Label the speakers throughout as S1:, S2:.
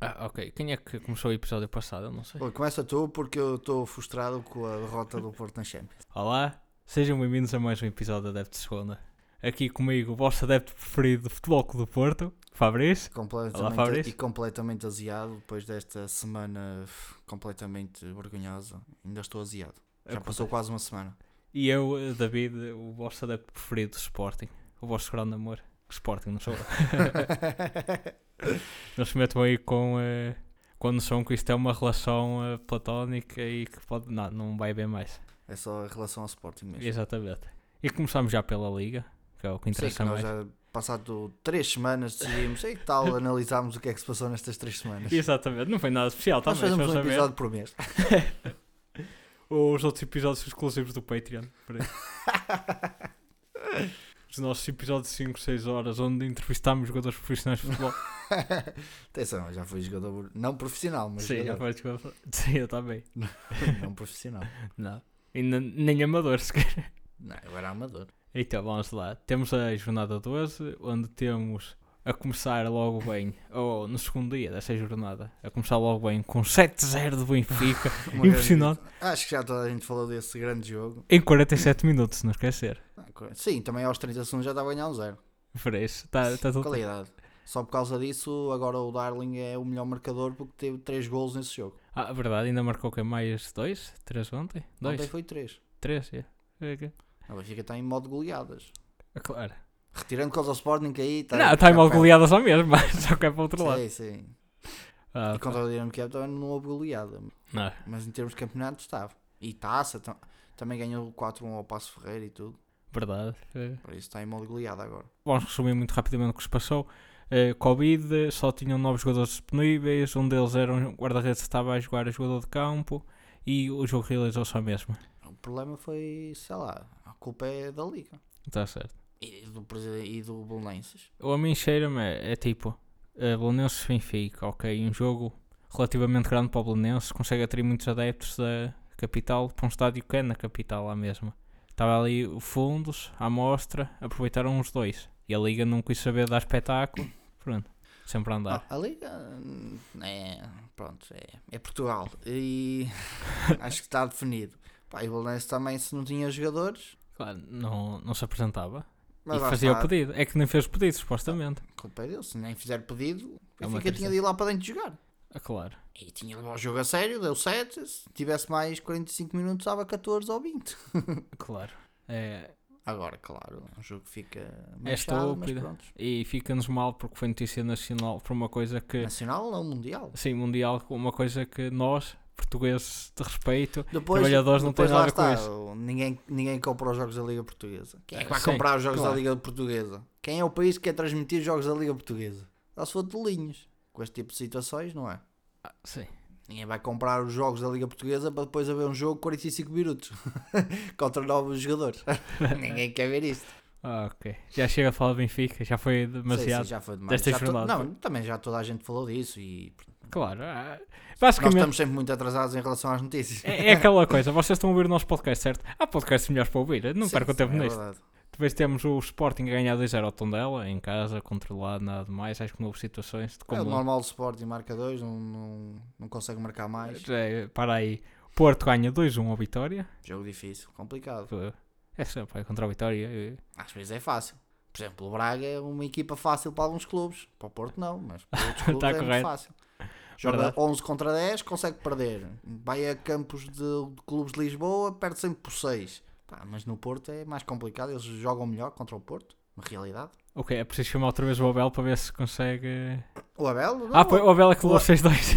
S1: Ah, ok. Quem é que começou o episódio passado? Eu não sei.
S2: Bom, começa tu porque eu estou frustrado com a derrota do Porto na Champions.
S1: Olá, sejam bem-vindos a mais um episódio da Adepto de Segunda. Aqui comigo, o vosso adepto preferido do Futebol Clube do Porto, Fabrício.
S2: Completamente,
S1: Fabrício.
S2: e completamente aziado depois desta semana f- completamente vergonhosa. Ainda estou aziado.
S1: É
S2: Já passou quase uma semana.
S1: E eu, eh, David, o vosso adepto preferido do Sporting. O vosso grande amor. Sporting, não sou eu. Não se metam aí com. eh, quando são que isto é uma relação eh, platónica e que pode. Não, não vai bem mais.
S2: é só em relação ao Sporting mesmo.
S1: Exatamente. E começamos já pela Liga, que é o que
S2: Sei
S1: interessa
S2: que nós
S1: mais.
S2: já passado três semanas decidimos e tal, analisámos o que é que se passou nestas três semanas.
S1: Exatamente, não foi nada especial, tá
S2: Nós
S1: também.
S2: fazemos
S1: só
S2: um
S1: saber.
S2: episódio por mês.
S1: Ou os outros episódios exclusivos do Patreon. por aí. os nossos episódios de 5, 6 horas, onde entrevistámos jogadores profissionais de futebol.
S2: Atenção, eu já fui jogador não profissional, mas
S1: Sim, já
S2: jogador
S1: faz desculpa. Sim, eu também.
S2: não profissional.
S1: Não. E n- nem amador sequer.
S2: Não, eu era amador.
S1: Então, vamos lá. Temos a jornada 12, onde temos a começar logo bem, ou no segundo dia dessa jornada, a começar logo bem com 7-0 do Benfica,
S2: Uma
S1: impressionante,
S2: grande- Acho que já toda a gente falou desse grande jogo.
S1: em 47 minutos, se não esquecer.
S2: Ah, co- Sim, também aos 30 segundos já estava a ganhar um zero.
S1: Por isso, está tá tudo.
S2: Qualidade. Só por causa disso, agora o Darling é o melhor marcador porque teve 3 golos nesse jogo.
S1: Ah, verdade, ainda marcou que mais 2, 3 ontem?
S2: Ontem
S1: 2,
S2: foi 3.
S1: 3, é. É que-
S2: A Benfica está em modo goleadas.
S1: é Claro.
S2: Retirando causa ao Sporting que aí...
S1: não, está em mal goleada só mesmo, mas só que é para o outro lado.
S2: Tá- Sim, sim.
S1: Ah,
S2: E contra o Dinamo Kiev também não houve goleada.
S1: não.
S2: Mas em termos de campeonato estava. E taça, tam- também ganhou 4-1 ao Passo Ferreira e tudo.
S1: Verdade. É.
S2: Por isso está em modo goleada agora.
S1: Vamos resumir muito rapidamente o que se passou. Eh, Covid, só tinham nove jogadores disponíveis, um deles era um guarda-redes que estava a jogar a jogador de campo e o jogo realizou-se ao mesmo.
S2: O problema foi, sei lá, a culpa é da Liga.
S1: Está Tá certo.
S2: E do, presi- e do Belenenses.
S1: O a mim cheira-me é, é tipo, eh, Belenenses Benfica, ok, um jogo relativamente grande para o Belenenses, consegue atrair muitos adeptos da capital para um estádio que é na capital lá mesmo. Estava ali o fundos, a amostra, aproveitaram os dois. E a Liga não quis saber dar espetáculo, pronto, sempre a andar.
S2: Ah, a Liga hum, é. Pronto, é, é Portugal. E acho que está definido. Pá, e o Belenenses também, se não tinha jogadores.
S1: Claro, não, não se apresentava.
S2: Mas
S1: e
S2: lá
S1: fazia
S2: está,
S1: o pedido. É que nem fez o pedido, supostamente.
S2: a culpa é deles. Se nem fizer pedido,
S1: É
S2: o
S1: uma
S2: Benfica
S1: tristeza.
S2: tinha de ir lá para dentro de jogar.
S1: Ah, claro.
S2: E tinha de levar o jogo a sério, deu 7. Se tivesse mais 45 minutos, dava 14 ou 20.
S1: Claro. É,
S2: Agora, claro, é um jogo que fica
S1: É
S2: manchado, mas
S1: estúpido.
S2: pronto.
S1: e fica-nos mal porque foi notícia nacional por uma coisa que.
S2: Nacional não, Mundial.
S1: Sim, Assim, mundial, uma coisa que nós, portugueses de respeito.
S2: Depois,
S1: Trabalhadores não
S2: depois
S1: têm nada
S2: lá
S1: a ver com
S2: está, o- Ninguém, ninguém compra os jogos da Liga Portuguesa. Quem é que vai
S1: Sim,
S2: comprar os jogos
S1: claro.
S2: da Liga Portuguesa? Quem é o país que quer transmitir jogos da Liga Portuguesa? Só se for de linhos. Com este tipo de situações, não é?
S1: Ah, sim.
S2: Ninguém vai comprar os jogos da Liga Portuguesa para depois haver um jogo de 45 minutos contra novos jogadores. ninguém quer ver isto.
S1: Ah, ok. Já chega a falar de Benfica, já foi demasiado.
S2: Sim, sim, já foi demais.
S1: Desta
S2: Já to-
S1: jornada.
S2: Não, também já toda a gente falou disso e
S1: Claro. ah,
S2: nós
S1: basicamente.
S2: estamos sempre muito atrasados em relação às notícias.
S1: É, é aquela coisa, vocês estão a ouvir o nosso podcast, certo? Há podcasts melhores para ouvir, não
S2: Sim,
S1: percam
S2: sim,
S1: tempo
S2: é
S1: nisto.
S2: verdade.
S1: Depois temos o Sporting a ganhar 2-0 ao Tondela, em casa, controlado, nada de mais. Acho que não houve situações de
S2: É
S1: como.
S2: o normal do Sporting marca 2, não, não, não consegue marcar mais.
S1: É, para aí. Porto ganha 2-1 ao Vitória.
S2: Jogo difícil, complicado.
S1: É sempre é contra a Vitória. é-
S2: Às vezes é fácil. Por exemplo, o Braga é uma equipa fácil para alguns clubes. Para o Porto não, mas para outros clubes
S1: Tá
S2: é muito
S1: correto.
S2: fácil. Joga
S1: Verdade.
S2: 11 contra 10, consegue perder. Vai a campos de, de clubes de Lisboa, perde sempre por 6. Pá, mas no Porto é mais complicado, eles jogam melhor contra o Porto, na realidade.
S1: Ok, é preciso chamar outra vez o Abel para ver se consegue.
S2: O Abel não.
S1: ah, foi o Abel é que
S2: o-
S1: levou 6-2.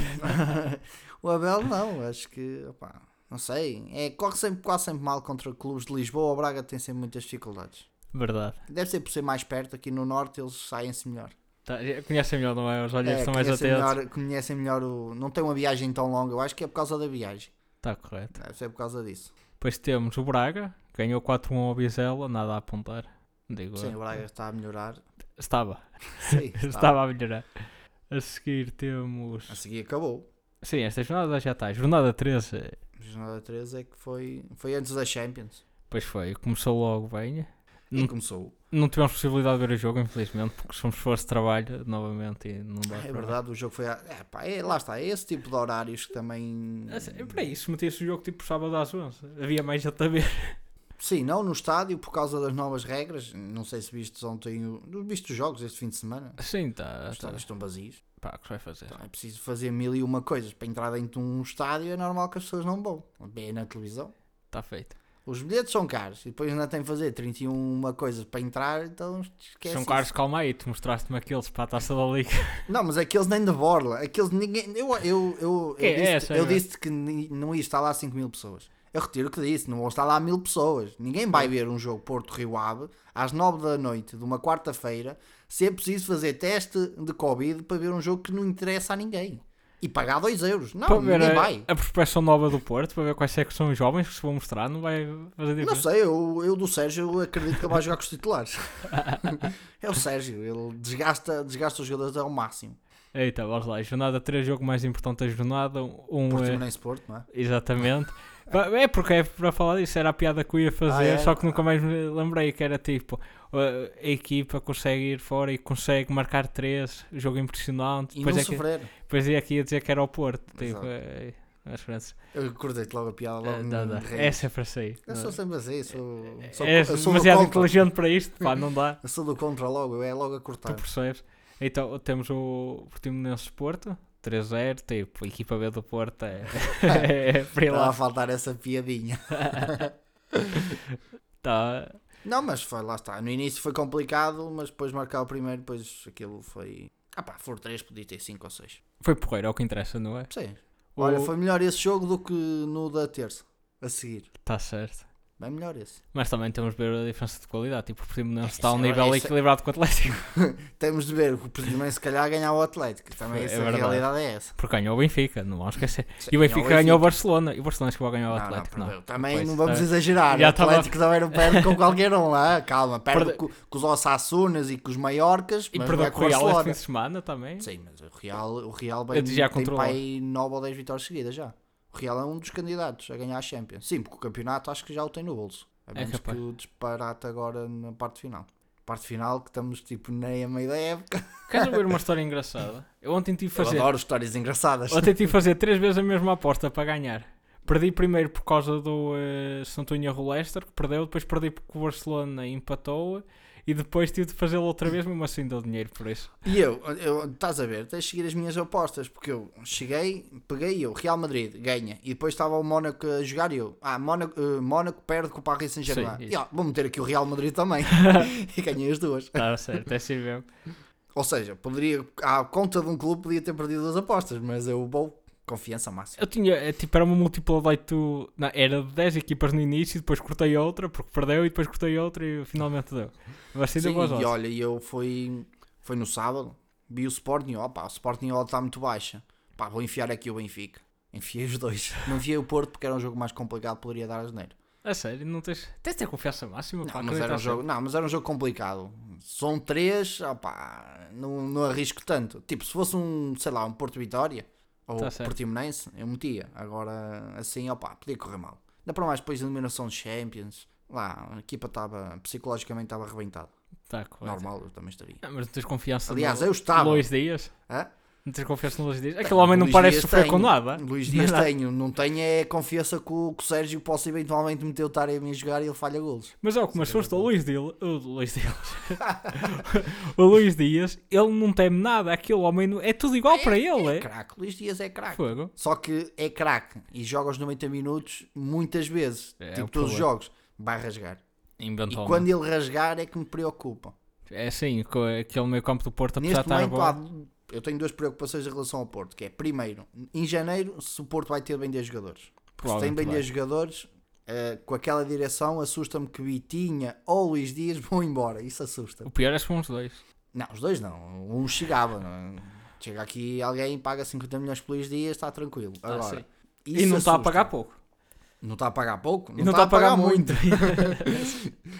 S2: o Abel não, acho que, opá, não sei. É, corre sempre, quase sempre mal contra clubes de Lisboa. O Braga tem sempre muitas dificuldades.
S1: Verdade.
S2: Deve ser por ser mais perto, aqui no Norte eles saem-se melhor.
S1: Tá, já conhecem melhor, não é? Os olhos
S2: É,
S1: estão mais
S2: conhecem,
S1: atentos.
S2: melhor, conhecem melhor o. Não tem uma viagem tão longa, eu acho que é por causa da viagem.
S1: Está Tá correto.
S2: Deve ser é por causa disso.
S1: Depois temos o Braga, ganhou 4-1 ao Vizela, nada a apontar. Digo,
S2: Sim, o Braga está a melhorar.
S1: estava.
S2: Sim, está.
S1: Estava a melhorar. A seguir temos.
S2: A seguir acabou.
S1: Sim, esta jornada já está. Jornada 13.
S2: A jornada 13 é que foi. Foi antes da Champions.
S1: Pois foi, começou logo bem.
S2: E
S1: Hum.
S2: começou.
S1: Não tivemos possibilidade de ver o jogo, infelizmente, porque somos força de trabalho novamente e não dá
S2: É
S1: para-
S2: verdade, o jogo foi. A... É, pá, é- lá está, é esse tipo de horários que também.
S1: É sério, É para isso, meteste o jogo tipo sábado às 11. Havia mais gente a ver.
S2: Sim, não no estádio por causa das novas regras. Não sei se vistes ontem. O... Viste os jogos este fim de semana?
S1: Sim, tá.
S2: Os
S1: tá.
S2: estádios estão vazios.
S1: Pá, o que se vai fazer?
S2: Então é preciso fazer mil e uma coisas. Para entrar dentro de um estádio é normal que as pessoas não vão. Bem na televisão.
S1: Está Tá feito.
S2: Os bilhetes são caros e depois ainda tem que fazer 31 coisas para entrar, então esquece.
S1: São
S2: isso.
S1: caros, calma aí, tu mostraste-me aqueles para a taça da liga.
S2: Não, mas aqueles nem de borla. Aqueles ninguém. Eu, eu, eu,
S1: Que
S2: eu,
S1: é
S2: disse,
S1: essa,
S2: eu
S1: meu?
S2: disse que ni- não ia estar lá 5 mil pessoas. Eu retiro o que disse, não vão estar lá mil pessoas. Ninguém vai ver um jogo Porto Rio Ave às 9 da noite de uma quarta-feira se é preciso fazer teste de Covid para ver um jogo que não interessa a ninguém. E pagar 2 euros. Não,
S1: para
S2: ninguém
S1: ver a,
S2: vai.
S1: a prospecção nova do Porto, para ver quais é que são os jovens que se vão mostrar, não vai fazer
S2: Não
S1: diferença.
S2: sei, eu, eu do Sérgio eu acredito que ele vai jogar com os titulares. é o Sérgio, ele desgasta, desgasta os jogadores ao máximo.
S1: Eita, vamos lá. Jornada 3, jogo mais importante da jornada. Um, um, é-
S2: Portimonense Porto, não é?
S1: Exatamente. Pa- É porque é para falar disso, era a piada que eu ia fazer,
S2: Ah, é?
S1: só que nunca mais me lembrei que era tipo a a equipa consegue ir fora e consegue marcar 3, jogo impressionante,
S2: E
S1: depois,
S2: não
S1: é que,
S2: sofrer.
S1: depois ia aqui a dizer que era o Porto, tipo,
S2: Exato.
S1: é, as Franças.
S2: Eu acordei-te logo a piada, logo
S1: É,
S2: no
S1: dá, dá.
S2: rei.
S1: Essa é para sair.
S2: Eu sou sempre assim, sou, sou,
S1: É
S2: eu sou do
S1: demasiado
S2: contra.
S1: inteligente para isto, pá, não dá,
S2: Eu sou do contra logo, eu é logo a
S1: tu
S2: cortar.
S1: percebes? Então temos o Portimonense Porto, 3-0, tipo, a equipa B do Porto é, é, para ir
S2: Estava a
S1: lá.
S2: faltar essa piadinha.
S1: Tá,
S2: Não, mas foi, lá está. No início foi complicado, mas depois marcar o primeiro, depois aquilo foi. Ah pá, foram 3, podia ter 5 ou 6.
S1: foi porreiro, é o que interessa, não é?
S2: Sim.
S1: O-
S2: Olha, foi melhor esse jogo do que no da terça, a seguir.
S1: Tá certo.
S2: Bem melhor esse.
S1: Mas também temos de ver a diferença de qualidade. Tipo, o Portimonense
S2: Esse
S1: está a um
S2: é-
S1: nível
S2: esse-
S1: equilibrado com o Atlético.
S2: Temos de ver que o Portimonense se calhar ganhar o Atlético. Também
S1: É
S2: essa
S1: verdade.
S2: realidade é essa.
S1: Porque ganhou o Benfica, não vamos esquecer.
S2: Sim,
S1: E o Benfica
S2: não,
S1: ganhou o Barcelona. E o Barcelona chegou a ganhar o
S2: Não, não,
S1: Atlético, não.
S2: perdeu. Também
S1: Pois,
S2: não vamos
S1: tá.
S2: exagerar.
S1: Já
S2: o Atlético também não perde com qualquer um lá. Calma, perde
S1: Perde-
S2: co- com, os Ossassunas e com os Maiorcas.
S1: E
S2: mas não
S1: perdeu
S2: é
S1: com
S2: com
S1: o Real este fim
S2: Barcelona.
S1: de semana também.
S2: Sim, mas o Real, o Real
S1: Eu
S2: bem,
S1: dizia a
S2: tem
S1: controlar.
S2: para aí 9 ou 10 vitórias seguidas já. O Real é um dos candidatos a ganhar a Champions. Sim, porque o campeonato acho que já o tem no bolso. A
S1: É
S2: menos que
S1: capaz.
S2: o disparate agora na parte final. Parte final que estamos tipo nem a meio da época.
S1: Queres ouvir uma história engraçada? Eu ontem tive de
S2: Eu
S1: fazer,
S2: adoro histórias engraçadas.
S1: ontem tive de fazer três vezes a mesma aposta para ganhar. Perdi primeiro por causa do eh, se não estou em erro, o Leicester, que perdeu. Depois perdi porque o Barcelona empatou. E depois tive de fazê-lo outra vez, mesmo assim deu dinheiro por isso.
S2: E eu, eu, estás a ver, tens de seguir as minhas apostas, porque eu cheguei, peguei eu, Real Madrid, ganha, e depois estava o Mónaco a jogar e eu, ah, Mónaco, eh, Mónaco perde com o Paris
S1: Sim,
S2: Saint-Germain.
S1: isso.
S2: E ó, vou meter aqui o Real Madrid também. e ganhei as duas.
S1: Está certo, é assim mesmo.
S2: Ou seja, poderia, à conta de um clube, podia ter perdido as apostas, mas eu vou, confiança máxima.
S1: Eu tinha, eh, tipo, era uma múltipla de 8. Não, era de 10 equipas no início, depois cortei outra, porque perdeu, e depois cortei outra e finalmente deu. Vai ser de
S2: Sim,
S1: boas
S2: e
S1: odds.
S2: olha, e eu fui, foi no sábado, vi o Sporting, ó pá, o Sporting ó, está muito baixa. Pá, vou enfiar aqui o Benfica. Enfiei os dois. Não enfiei o Porto porque era um jogo mais complicado, poderia dar asneiro.
S1: A sério, não tens. Tens de ter confiança máxima, pá,
S2: Não, mas
S1: acredita
S2: era um
S1: assim.
S2: jogo, não, mas era um jogo complicado. São três, opá, não, não arrisco tanto. Tipo, se fosse um, sei lá, um Porto Vitória ou um
S1: Tá certo.
S2: Portimonense, eu metia. Agora, assim, opá, podia correr mal. Ainda para mais depois da eliminação de Champions, lá, a equipa estava, psicologicamente estava arrebentada.
S1: Tá, correto.
S2: Normal, eu também estaria.
S1: Não, mas não tens confiança
S2: Aliás,
S1: no
S2: eu estava.
S1: Luís Dias?
S2: Hã?
S1: Não tens confiança no Luís Dias? Aquele homem não
S2: Luís
S1: parece
S2: Dias
S1: sofrer
S2: tenho.
S1: com nada.
S2: Luís Dias tenho, não tenho é confiança que o, que o Sérgio possa eventualmente meter o Taremi a jogar e ele falha golos.
S1: Mas é o que me assusta, o Luís Dias. O Luís Dias. o Luís Dias, ele não teme nada. Aquele homem não- é tudo igual para ele. É,
S2: Craque, Luís Dias é craque.
S1: Fogo.
S2: Só que é craque e joga aos 90 minutos muitas vezes,
S1: É, é o
S2: tipo todos os
S1: problema.
S2: jogos, vai rasgar. E
S1: Inventou. um
S2: quando ele rasgar é que me preocupa.
S1: É assim, co- aquele meio campo do Porto, apesar de estar
S2: Neste
S1: a
S2: momento
S1: tá bola.
S2: há, eu tenho duas preocupações em relação ao Porto, que é primeiro, em janeiro, se o Porto vai ter bem 10 jogadores. Porque se tem
S1: Provavelmente
S2: bem
S1: vai.
S2: 10 jogadores, eh, com aquela direção assusta-me que Vitinha ou Luís Dias vão embora. Isso assusta.
S1: O pior é se for uns dois.
S2: Não, os dois não. Um chegava. não é? Chega aqui alguém, paga 50 milhões por Luís Dias, está tranquilo.
S1: Ah,
S2: Agora,
S1: e
S2: isso
S1: não está a
S2: assusta.
S1: pagar pouco.
S2: Não está a pagar pouco?
S1: e não está a pagar, muito.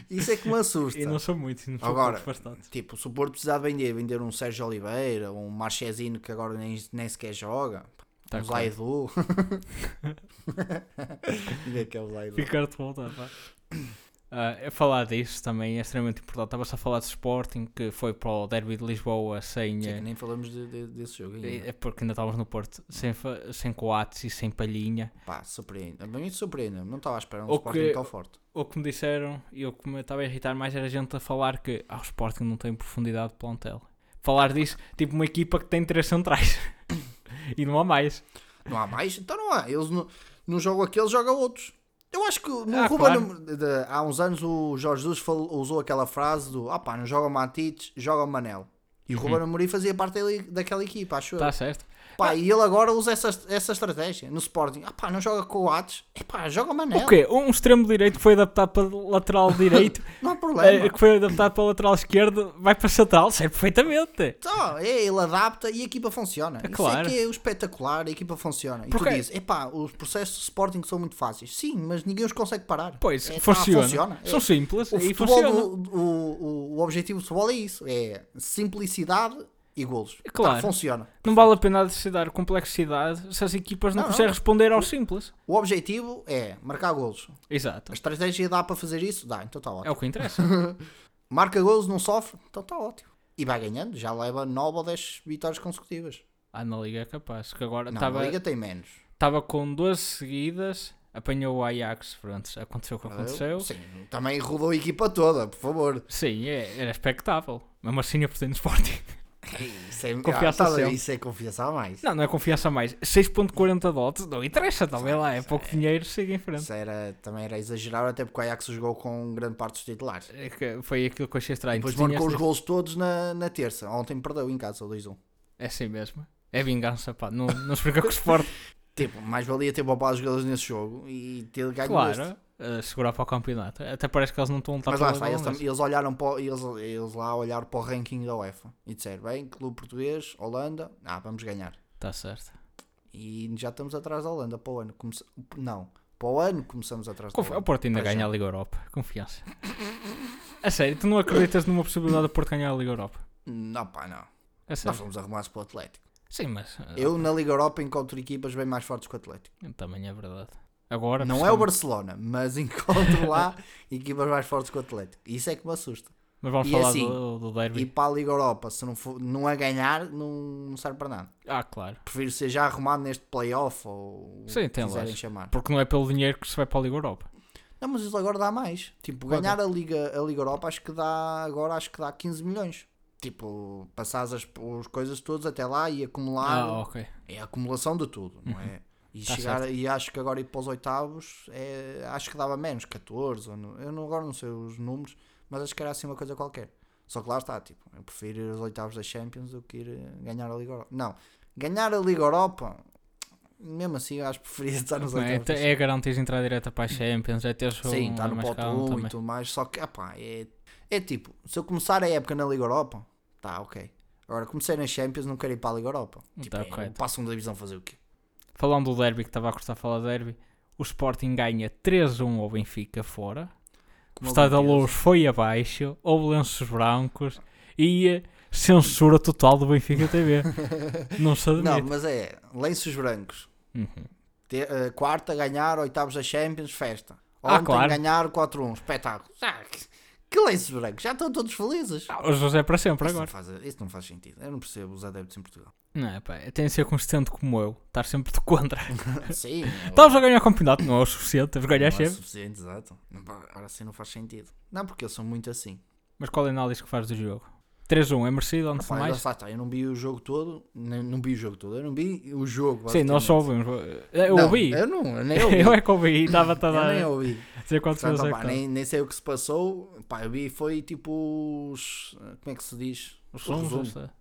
S2: Isso é que me assusta.
S1: e não são muitos. e Não são
S2: Agora-
S1: poucos bastante.
S2: Tipo, se o Porto precisar de vender, vender um Sérgio Oliveira, um Marchesino que agora nem, nem sequer joga,
S1: Tá
S2: um
S1: claro.
S2: Zaidu. Quem é que é o Zaidu?
S1: Ficar de volta. pá. Ah, a falar disso também é extremamente importante. Estava-se a falar de Sporting, que foi para o Derby de Lisboa sem.
S2: Sim, que
S1: eh,
S2: nem falamos de- de- desse jogo ainda.
S1: É porque ainda estávamos no Porto, sem, fa- sem coates e sem palhinha.
S2: Pá, surpreende. A mim surpreende. Não estava à espera um
S1: O
S2: Sporting
S1: que-
S2: tão forte.
S1: Ou como disseram, e o que me estava a irritar mais era a gente a falar que ah, o Sporting não tem profundidade de plantel. Falar disso, tipo uma equipa que tem três centrais e não há mais.
S2: Não há mais? Então não há. Eles não, não jogam aqueles, jogam outros. Eu acho que no
S1: Ah,
S2: Ruben,
S1: claro.
S2: de- há uns anos o Jorge Jesus falou- usou aquela frase do ah pá, não joga o Matites, joga o Manel. E o
S1: Uhum.
S2: Ruben Amorim fazia parte dele- daquela equipa, acho eu.
S1: Está Tá certo?
S2: Pá, e ele agora usa essa, essa estratégia no Sporting. Ah pá, não joga Coates, é pá, joga o Manel.
S1: O quê? Um extremo direito que foi adaptado para lateral direito,
S2: Não há problema.
S1: eh, que foi adaptado para lateral esquerdo, vai para central, serve perfeitamente.
S2: Só, é, ele adapta e a equipa funciona. Isso
S1: claro.
S2: é que é o espetacular, a equipa funciona. E
S1: Porque-
S2: tu dizes, epá, os processos de Sporting são muito fáceis. Sim, mas ninguém os consegue parar.
S1: Pois,
S2: É, tá,
S1: funciona.
S2: É.
S1: São simples
S2: O,
S1: e
S2: futebol,
S1: funciona.
S2: do- o, o, o objetivo do futebol é isso, é simplicidade e golos.
S1: É claro.
S2: Tá, funciona.
S1: Não vale a pena necessitar complexidade se as equipas não,
S2: Não, não.
S1: conseguem responder ao simples.
S2: O objetivo é marcar golos.
S1: Exato.
S2: A estratégia dá para fazer isso? Dá, então está ótimo.
S1: É o que interessa.
S2: Marca golos, não sofre? Então está ótimo. E vai ganhando, já leva 9 ou 10 vitórias consecutivas.
S1: Ah, na Liga é capaz. Que agora
S2: Não,
S1: estava
S2: a Liga tem menos.
S1: estava com 12 seguidas, apanhou o Ajax. Pronto, aconteceu o que aconteceu.
S2: Sim, também rodou a equipa toda, por favor.
S1: Sim, é- era expectável. Mesmo assim, eu pretendo Sporting.
S2: Isso é,
S1: Confiança
S2: ah, tá,
S1: sempre.
S2: isso é confiança a mais.
S1: Não, não é confiança mais. 6,40 dotes, não interessa, também lá. É pouco dinheiro, siga em frente.
S2: Isso era, também era exagerar, até porque o Ajax jogou com grande parte dos titulares.
S1: É que Foi aquilo que eu achei estranho.
S2: Depois
S1: Tinhas-
S2: marcou os gols todos na, na terça. Ontem perdeu em casa, um. o 2-1.
S1: É assim mesmo. É vingança, pá. Não, não se brinca com o Sporting.
S2: Tipo, mais valia ter poupado os jogadores nesse jogo e ter ganho este.
S1: claro. eh, segurar para o campeonato. Até parece que eles não estão a lutar
S2: Mas lá
S1: pela
S2: está, eles,
S1: bola,
S2: tam- eles olharam para, o- eles, eles lá olharam para o ranking da UEFA e disseram, bem, clube português, Holanda, ah, vamos ganhar.
S1: Está Tá certo.
S2: E já estamos atrás da Holanda para o ano. Comece- Não, para o ano começamos atrás da
S1: Confi-
S2: Holanda.
S1: O Porto ainda
S2: Para
S1: ganha
S2: já.
S1: a Liga Europa. Confiança. A sério, tu não acreditas numa possibilidade do Porto ganhar a Liga Europa?
S2: Não, pá, não.
S1: A
S2: Nós
S1: sério.
S2: fomos arrumados para o Atlético.
S1: Sim, mas. eh,
S2: Eu na Liga Europa encontro equipas bem mais fortes que o Atlético.
S1: Também é verdade. Agora.
S2: Não é o
S1: principalmente-
S2: Barcelona, mas encontro lá equipas mais fortes que o Atlético. Isso é que me assusta.
S1: Mas vamos
S2: E
S1: falar
S2: assim,
S1: do, do derby.
S2: E para a Liga Europa, se não, for, não a ganhar, não, não serve para nada.
S1: Ah, claro.
S2: Prefiro ser já arrumado neste playoff ou o
S1: Sim,
S2: que
S1: tem
S2: quiserem
S1: lógica.
S2: chamar.
S1: Porque não é pelo dinheiro que se vai para a Liga Europa.
S2: Não, mas isso agora dá mais. Tipo,
S1: Quanto?
S2: ganhar a Liga, a Liga Europa acho que dá agora acho que dá 15 milhões. Tipo, passares as, as coisas todas até lá e acumular.
S1: Ah, ok.
S2: É a acumulação de tudo, não é? E,
S1: Tá
S2: chegar, e acho que agora ir para os oitavos é, acho que dava menos, 14. Ou no- eu não, agora não sei os números, mas acho que era assim uma coisa qualquer. Só que lá está, tipo, eu prefiro ir aos oitavos da Champions do que ir eh, ganhar a Liga Europa. Não, ganhar a Liga Europa, mesmo assim, eu acho que preferia estar nos
S1: Não É,
S2: oitavos. da
S1: é garantir entrar direto para a Champions, é ter
S2: Champions. Sim, está no
S1: mais
S2: pote
S1: calmo
S2: 1 e
S1: também.
S2: tudo mais. Só que, epá, é, é tipo, se eu começar a época na Liga Europa, tá ok. Agora, comecei na Champions, não quero ir para a Liga Europa. Tipo,
S1: Tá
S2: é, eu
S1: correto.
S2: passo uma divisão fazer o quê?
S1: Falando do derby, que estava a gostar de falar do derby, o Sporting ganha 3-1 ao Benfica fora. O
S2: Como
S1: Estado da
S2: algum
S1: Luz foi abaixo, houve lenços brancos e eh, censura total do Benfica TV. não se admite.
S2: Não, mas é lenços brancos.
S1: Uhum.
S2: Te- eh, quarta, ganhar, oitavos da Champions, festa.
S1: Ah,
S2: Ontem
S1: claro.
S2: ganhar 4-1, espetáculo. Já, que, que lenços brancos, já estão todos felizes.
S1: O José é para sempre
S2: isso, não
S1: agora.
S2: faz, isso não faz sentido. Eu não percebo os adeptos em Portugal.
S1: Não, pá, tem de ser consistente como eu, estar sempre de contra.
S2: Sim,
S1: Estavas a ganhar o campeonato, não é o suficiente, temos que
S2: não é
S1: ganhar sempre.
S2: suficiente, exato. Não, pá, Agora sim não faz sentido. Não, porque eu sou muito assim.
S1: Mas qual é a análise que faz do jogo? 3-1 é merecido, antes de
S2: Pá,
S1: mais.
S2: lá está, eu não vi o jogo todo. nem- Não, vi o jogo todo, eu não vi o jogo.
S1: Sim, nós
S2: basicamente.
S1: só ouvimos. Eu
S2: Não,
S1: ouvi.
S2: Eu não, eu nem ouvi.
S1: Eu é que ouvi e estava a
S2: eu nem
S1: dar
S2: ouvi.
S1: a dizer quantos
S2: Portanto,
S1: vezes é
S2: opá,
S1: que tá.
S2: nem, nem sei o que se passou. Pá, eu vi foi tipo os. Como é que se diz?
S1: Os sons,
S2: resumo.
S1: essa-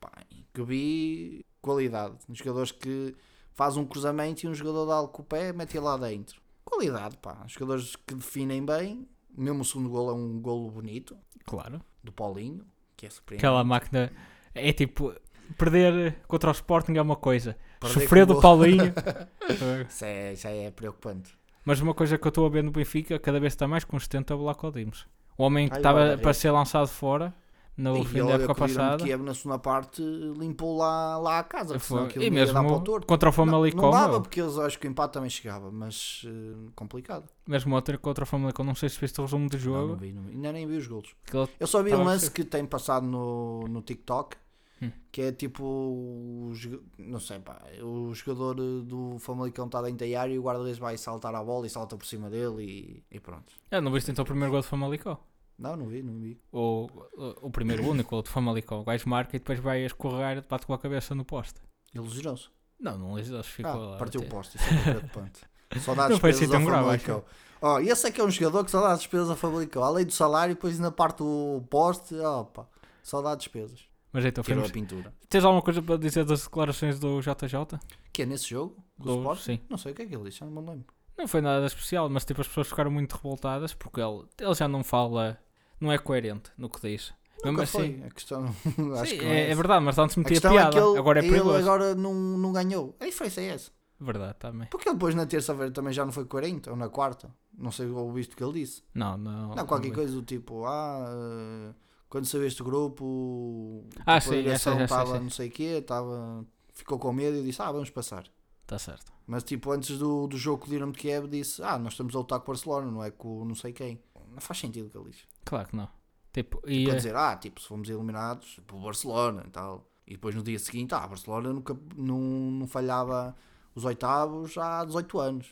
S2: Pá, que vi qualidade. Uns jogadores que faz um cruzamento e um jogador dá-lhe com o pé mete lá dentro. Qualidade, pá. Os jogadores que definem bem. Mesmo o segundo golo é um golo bonito
S1: Claro.
S2: do Paulinho, que é surpreendente.
S1: Aquela máquina é tipo perder contra o Sporting é uma coisa,
S2: Perder
S1: sofrer
S2: com
S1: do
S2: o-
S1: Paulinho. é.
S2: Isso é, isso é preocupante.
S1: Mas uma coisa que eu estou a ver um no Benfica, cada vez está mais consistente é o Black Odimos. O homem que
S2: Ai,
S1: estava
S2: Barbarella.
S1: para ser lançado fora, no
S2: e
S1: fim
S2: ele
S1: da
S2: a
S1: época
S2: correr
S1: passada.
S2: que é, na segunda parte limpou lá, lá a casa, porque senão
S1: Foi-
S2: aquilo
S1: E
S2: não ia dar para o
S1: mesmo
S2: torto.
S1: contra o
S2: Não,
S1: Famalicão,
S2: não dava
S1: meu.
S2: porque eles acho que o empate também chegava, mas eh, complicado.
S1: mesmo outra contra o Famalicão, não sei se viste o resumo do
S2: Não, não
S1: jogo.
S2: vi, não vi. Ainda nem vi os golos.
S1: Aquilo-
S2: Eu só vi
S1: Tava
S2: um
S1: a
S2: lance
S1: ser.
S2: que tem passado no, no TikTok
S1: Hum.
S2: que é tipo o jo- não sei pá, o jogador eh, do Famalicão está dentro da área e o guarda-redes vai saltar a bola e salta por cima dele e, e pronto.
S1: Ah, não viste então o primeiro gol do Famalicão?
S2: Não, não vi, não vi.
S1: O, o, o primeiro, o único, o do Famalicão. O gajo marca e depois vai a escorrer, bate com a cabeça no poste.
S2: Ele lesionou-se.
S1: Não, não lesionou ficou
S2: Ah,
S1: lá. a
S2: partiu o
S1: bater.
S2: poste, isso é preocupante. Só dá
S1: Não foi assim
S2: despesas ao
S1: tão grave,
S2: Famalicão. Ó, esse é que é um jogador que só dá despesas ao Famalicão. Além do salário, depois ainda parte o poste, opa, só dá despesas.
S1: Mas então,
S2: Tirou
S1: fomos...
S2: a pintura.
S1: tens alguma coisa para dizer das declarações do JJ?
S2: Que é nesse jogo? Do
S1: Do-
S2: Sporting?
S1: sim.
S2: Não sei o que é que ele disse, já não me lembro.
S1: Não foi nada especial, mas tipo as pessoas ficaram muito revoltadas porque ele, ele já não fala, não é coerente no que diz.
S2: Nunca
S1: Mesmo assim.
S2: foi. A questão acho
S1: Sim,
S2: que não
S1: é, é
S2: essa.
S1: verdade, mas antes
S2: A
S1: metia
S2: questão
S1: piada,
S2: é que ele,
S1: agora é
S2: ele
S1: perigoso.
S2: agora não, não ganhou. A diferença é essa.
S1: Verdade, também.
S2: Porque ele depois na terça-feira também já não foi 40, ou na quarta. Não sei o visto que ele disse.
S1: Não, não.
S2: não, qualquer
S1: não-
S2: coisa do tipo, ah, eh, quando saiu este grupo, tipo,
S1: Ah,
S2: a
S1: sim, essa
S2: coligação
S1: já sei,
S2: estava
S1: sim.
S2: não sei o quê, estava, ficou com medo e disse, ah, vamos passar.
S1: Tá certo.
S2: Mas tipo, antes do, do jogo com o Dinamo de Kiev disse, ah, nós estamos a lutar com o Barcelona, não é com o não sei quem. Não faz sentido o que ele diz.
S1: Claro que não. Tipo, e
S2: Para
S1: eh,
S2: dizer, ah, tipo, se fomos eliminados pelo Barcelona e tal. E depois no dia seguinte, ah, Barcelona nunca, não, não falhava os oitavos há 18 anos.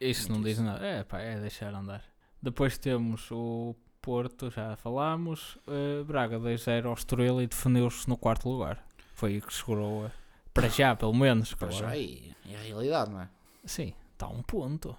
S1: isso não
S2: muito
S1: diz
S2: isso.
S1: nada. É, pá, é deixar andar. Depois temos o Porto, já falámos. eh, Braga 2-0 ao Estoril e defendeu-se no quarto lugar. Foi o que segurou eh, para já, pelo menos.
S2: Para
S1: agora.
S2: já e é a realidade, não é?
S1: Sim, está um ponto.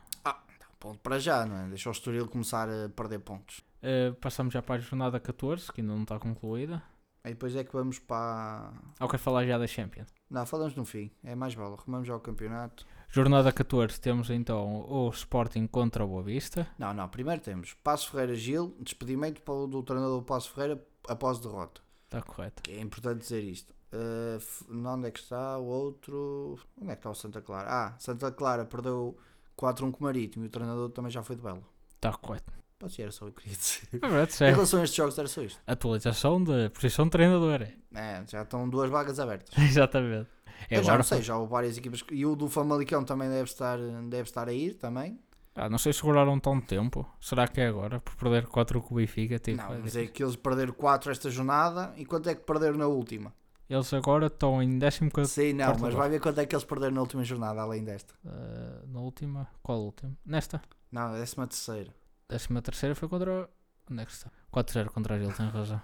S2: Ponto para já, não é? Deixa o Estoril começar a perder pontos.
S1: Eh, passamos já para a jornada 14, que ainda não está concluída.
S2: Aí depois é que vamos para...
S1: Ou quer falar já da Champions?
S2: Não, falamos no fim. É mais vale. Arrumamos já o campeonato.
S1: Jornada 14, temos então o Sporting contra o Boa Vista.
S2: Não, não. Primeiro temos Passo Ferreira-Gil, despedimento do do treinador Passo Ferreira após derrota.
S1: Está Tá correto.
S2: Que é importante dizer isto. Uh, f- não, onde é que está o outro? Onde é que está o Santa Clara? Ah, Santa Clara perdeu 4-1 com o Marítimo e o treinador também já foi de Belo.
S1: Está Tá correto.
S2: Pode ser, era só o que eu queria dizer.
S1: É verdade,
S2: Em
S1: sério.
S2: relação a estes jogos, era só isto.
S1: Atualização da posição de treinador. é.
S2: É, já estão duas vagas abertas.
S1: Exatamente. É
S2: eu já
S1: agora-
S2: não sei, já houve várias equipas. que- E o do Famalicão também deve estar, deve estar a ir também.
S1: Ah, não sei se seguraram tão tempo. Será que é agora? Por perder 4 com o Benfica? Tipo,
S2: não,
S1: é
S2: mas é
S1: difícil.
S2: que eles perderam 4 esta jornada e quanto é que perderam na última?
S1: Eles agora estão em 14
S2: Sim, não,
S1: quarto
S2: mas
S1: lugar.
S2: vai ver quanto é que eles perderam na última jornada, além desta.
S1: ah, na última. Qual última? Nesta.
S2: Não, na décima terceira.
S1: 13 terceira foi contra. o- Onde é que está? 4-0 contra o Gil, tem razão.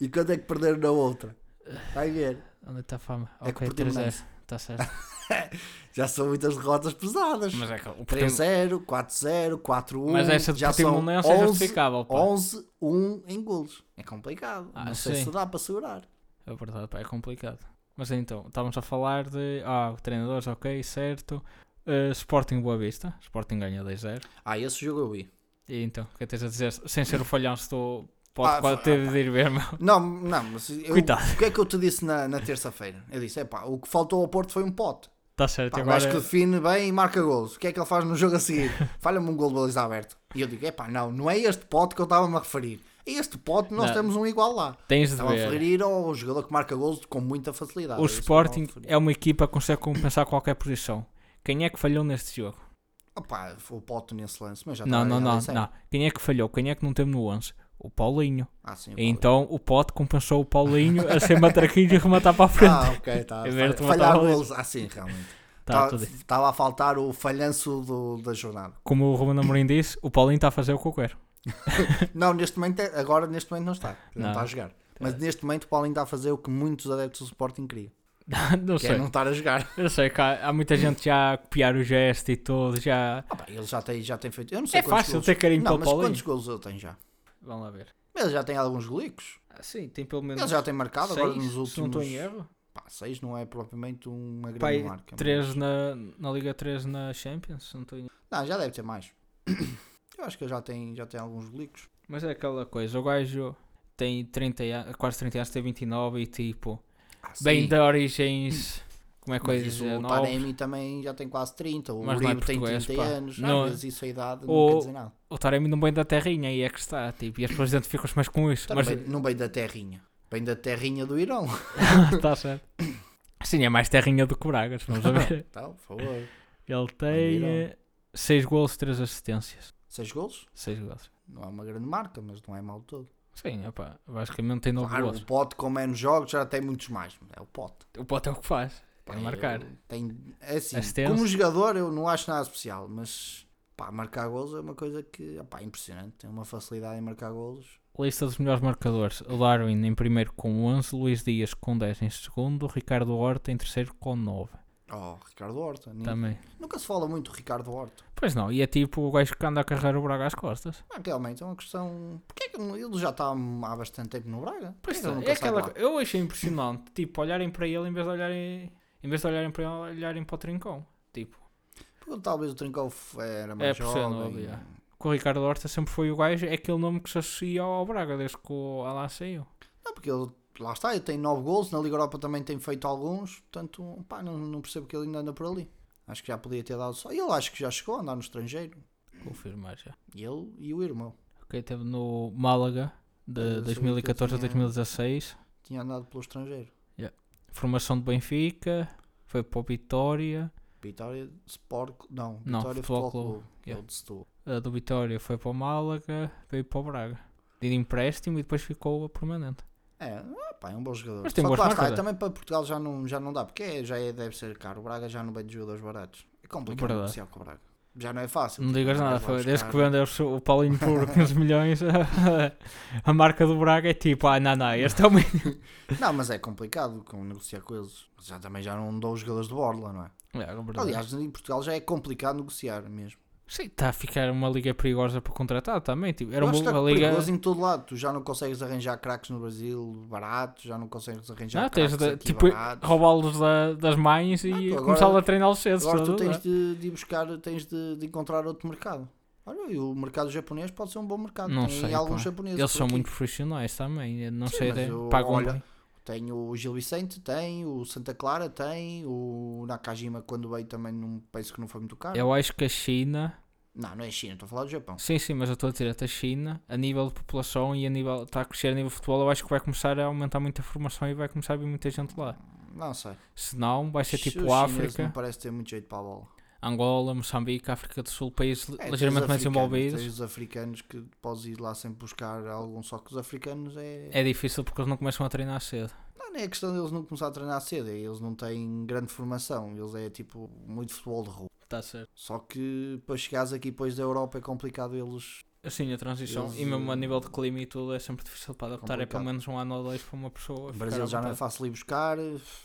S2: E quanto é que perderam na outra? Vai ver.
S1: Onde está a fama?
S2: É que
S1: ok,
S2: o Portimonense.
S1: 3-0. Está certo.
S2: Já são muitas derrotas pesadas.
S1: mas é que o Portimonense.
S2: 3-0, 4-0, 4-1.
S1: Mas essa de
S2: já são
S1: Portimonense é
S2: 11,
S1: justificável. pá.
S2: 11-1 em golos. É complicado.
S1: Ah,
S2: não sei
S1: sim.
S2: se dá para segurar.
S1: É verdade, pá, é complicado. Mas então, estávamos a falar de. Ah, treinadores, ok, certo. Ah, Sporting Boa Vista. Sporting ganha 2-0.
S2: Ah, esse jogo eu vi.
S1: E então, o que é que tens a dizer? Sem ser o falhão, estou. Pode
S2: Ah,
S1: pode
S2: foi-
S1: ter de ir ver, meu.
S2: Não, não, mas eu,
S1: Coitado.
S2: o que é que eu te disse na, na terça-feira? Eu disse, epá, o que faltou ao Porto foi um pote.
S1: Está Tá certo,
S2: Pá, o
S1: agora.
S2: gajo que define bem e marca golos. O que é que ele faz no jogo a seguir? Falha-me um gol de baliza aberto. E eu digo, epá, não, não é este pote que eu estava-me a referir. É este pote, nós
S1: Não.
S2: temos um igual lá.
S1: Tens de
S2: Estava a
S1: ver.
S2: referir ao jogador que marca golos com muita facilidade.
S1: O
S2: É isso que eu estava a
S1: Sporting
S2: referir.
S1: é uma equipa que consegue compensar qualquer posição. Quem é que falhou neste jogo?
S2: Opá, foi o Pote nesse lance, mas já
S1: não,
S2: estava
S1: não,
S2: a
S1: não,
S2: dizer.
S1: não. Quem é que falhou? Quem é que não teve no 11? O Paulinho.
S2: Ah, sim, o
S1: Então o Pote compensou o Paulinho a ser matraquinho e rematar para a
S2: Paulo.
S1: frente.
S2: Ah, ok, tá.
S1: Eu ver-te
S2: Falha-
S1: matar
S2: Falhar
S1: o Luís.
S2: golos, ah, sim, realmente.
S1: Tá,
S2: Tá-
S1: tudo bem.
S2: Estava a faltar o falhanço do- da jornada.
S1: Como o Ruben Amorim disse, o Paulinho está a fazer o que eu quero.
S2: Não, neste momento, é- agora neste momento não está. Não,
S1: Não. É.
S2: está a jogar. Mas neste momento o Paulinho está a fazer o que muitos adeptos do Sporting queriam.
S1: não
S2: Que
S1: sei.
S2: é não estar a jogar.
S1: Eu sei que há, há muita gente já a copiar o gesto e tudo, já...
S2: Ah, pá, ele já tem, já tem feito. Eu não sei
S1: É
S2: quantos
S1: fácil
S2: golos-
S1: ter carinho pelo
S2: Não, mas quantos
S1: Paulinho.
S2: golos ele tem já?
S1: Vamos lá ver.
S2: Mas Ele já tem alguns golicos.
S1: Ah, sim, tem pelo menos
S2: Ele já tem marcado agora
S1: seis,
S2: nos
S1: se não estou
S2: últimos.
S1: em erro.
S2: Pá, seis não é propriamente uma grande
S1: Pai,
S2: marca. mas-
S1: 3 na, na Liga 3 na Champions, se não estou em erro.
S2: Não, já deve ter mais. Eu acho que ele já tem, já tem alguns golicos.
S1: Mas é aquela coisa, o gajo tem 30 an- quase 30 anos, tem 29 e tipo...
S2: Ah,
S1: Bem
S2: sim.
S1: de origens... Como é que eu ia
S2: Mas isso,
S1: dizer?
S2: o
S1: novos.
S2: Taremi também já tem quase 30, o
S1: Mas não é
S2: Uribe tem
S1: português,
S2: 30
S1: pá.
S2: anos,
S1: Não. é.
S2: às vezes isso a idade
S1: O-
S2: não quer dizer nada.
S1: é O Taremi não vem da terrinha e é que está, tipo, e as pessoas identificam-se mais com isso.
S2: Também
S1: Mas
S2: não vem da terrinha. Vem da terrinha do Irão.
S1: Está tá certo. Sim, é mais terrinha do que Bragas, vamos a ver.
S2: Então, por favor.
S1: Ele tem 6 golos, 3 assistências.
S2: Seis golos?
S1: 6 golos.
S2: Não é uma grande marca, mas não é mal todo.
S1: Sim, opa, basicamente tem 9
S2: Claro,
S1: golos.
S2: o pote com menos jogos já tem muitos mais. É o pote.
S1: O Pote é o que faz. É
S2: Pá,
S1: marcar.
S2: eu- Tem, é assim,
S1: Assistência.
S2: como jogador eu não acho nada especial, mas pá, marcar golos é uma coisa que opá, é impressionante. Tem uma facilidade em marcar golos.
S1: Lista dos melhores marcadores: Darwin em primeiro com 11, Luís Dias com 10 em segundo, Ricardo Horta em terceiro com 9.
S2: Oh, Ricardo Horta. Nin-
S1: Também.
S2: Nunca se fala muito do Ricardo Horta.
S1: Pois não, e é tipo o gajo que anda a carregar o Braga às costas.
S2: Ah, realmente é uma questão. Porquê é que não- ele já está há bastante tempo no Braga?
S1: Pois
S2: Porquê que ele
S1: não,
S2: nunca
S1: é
S2: sai
S1: aquela
S2: de lá?
S1: co- Eu achei impressionante, tipo, olharem para ele em vez de olharem, em vez de olharem para ele, olharem para o Trincão. Tipo,
S2: Porque talvez o Trincão f- era
S1: É,
S2: mais
S1: por ser novo,
S2: jovem.
S1: já. que o Ricardo Horta sempre foi o gajo, é aquele nome que se associa ao Braga desde que o Alá saiu.
S2: Não, porque ele, lá está, ele tem 9 gols, na Liga Europa também tem feito alguns, portanto, pá, não, não percebo que ele ainda anda por ali. Acho que já podia ter dado só. Ele acho que já chegou a andar no estrangeiro.
S1: Confirmar já.
S2: Ele e o irmão.
S1: Ok, teve no Málaga assim, de
S2: Eu sabia que ele
S1: 2014 a
S2: tinha-
S1: 2016.
S2: Tinha andado pelo estrangeiro.
S1: Formação de Benfica, foi para o Vitória,
S2: Vitória Sport Clu- Não,
S1: Não,
S2: Vitória
S1: Futebol
S2: Futebol Clube. que é
S1: yeah.
S2: o de Setúbal.
S1: eh, do Vitória foi para o Málaga, veio para o Braga. De empréstimo e depois ficou a permanente.
S2: É, ah, pá, é um bom jogador.
S1: Mas tem
S2: Só
S1: boas
S2: que lá está,
S1: marcas, é?
S2: também para Portugal já não, já não dá, porque é- já é- deve ser caro. O Braga já não vem de jogadores baratos. É complicado
S1: Verdade.
S2: negociar com o Braga. Já não é fácil.
S1: Não
S2: tipo,
S1: digas
S2: vais
S1: nada,
S2: lá
S1: foi
S2: buscar-
S1: desde que vendeu o Paulinho por 15 milhões, a, a marca do Braga é tipo, ah, não, não, este é o mínimo.
S2: Não, mas é complicado com negociar com eles. Já também já não dou os jogadores de borla, não é?
S1: É, é verdade.
S2: Aliás, em Portugal já é complicado negociar mesmo.
S1: Sim, está a ficar uma liga perigosa para contratar também. Tipo, era
S2: Era
S1: uma,
S2: está
S1: uma liga.
S2: tá perigoso em todo lado. Tu já não consegues arranjar craques no Brasil barato, já não consegues arranjar
S1: Não, tens
S2: craques
S1: de,
S2: aqui
S1: tipo,
S2: baratos.
S1: roubá-los da- das mães e
S2: Ah, tu agora-
S1: começá-los a treiná-los cedo.
S2: Agora tu
S1: tudo,
S2: tens
S1: né?
S2: de, de ir buscar, tens de, de encontrar outro mercado. Olha, e o mercado japonês pode ser um bom mercado.
S1: Não
S2: Tem
S1: sei,
S2: alguns
S1: pá.
S2: japoneses.
S1: Eles
S2: por
S1: são
S2: aqui.
S1: muito profissionais também. eu Não
S2: Sim,
S1: sei,
S2: mas
S1: até
S2: eu-
S1: pagam
S2: olha,
S1: bem.
S2: Tem o Gil Vicente, tem o Santa Clara, tem o Nakajima quando veio também não, penso que não foi muito caro.
S1: Eu acho que a China
S2: Não, não é China, estou a falar do Japão.
S1: Sim, sim, mas eu estou a dizer, até a China, a nível de população e a nível, está a crescer a nível de futebol, eu acho que vai começar a aumentar muito a formação e vai começar a vir muita gente lá.
S2: Não sei.
S1: Se não, vai ser
S2: Os
S1: tipo
S2: chineses
S1: África,
S2: Não parece ter muito jeito para a bola.
S1: Angola, Moçambique, África do Sul, países
S2: É,
S1: ligeiramente
S2: tens
S1: mais
S2: africanos,
S1: desenvolvidos.
S2: Tens os africanos que podes ir lá sempre buscar algum, só que os africanos é.
S1: É difícil porque eles não começam a treinar cedo.
S2: Não, não é questão deles não começar a treinar cedo, é, eles não têm grande formação, eles é tipo muito futebol de rua.
S1: Está certo.
S2: Só que para chegares aqui depois da Europa é complicado eles.
S1: Assim, a transição,
S2: Eles,
S1: e mesmo a
S2: eh,
S1: nível de clima e tudo, é sempre difícil para adaptar. É
S2: complicado.
S1: pelo menos um ano ou dois para uma pessoa.
S2: O
S1: ficar à
S2: Brasil já não é
S1: vontade.
S2: fácil ir buscar,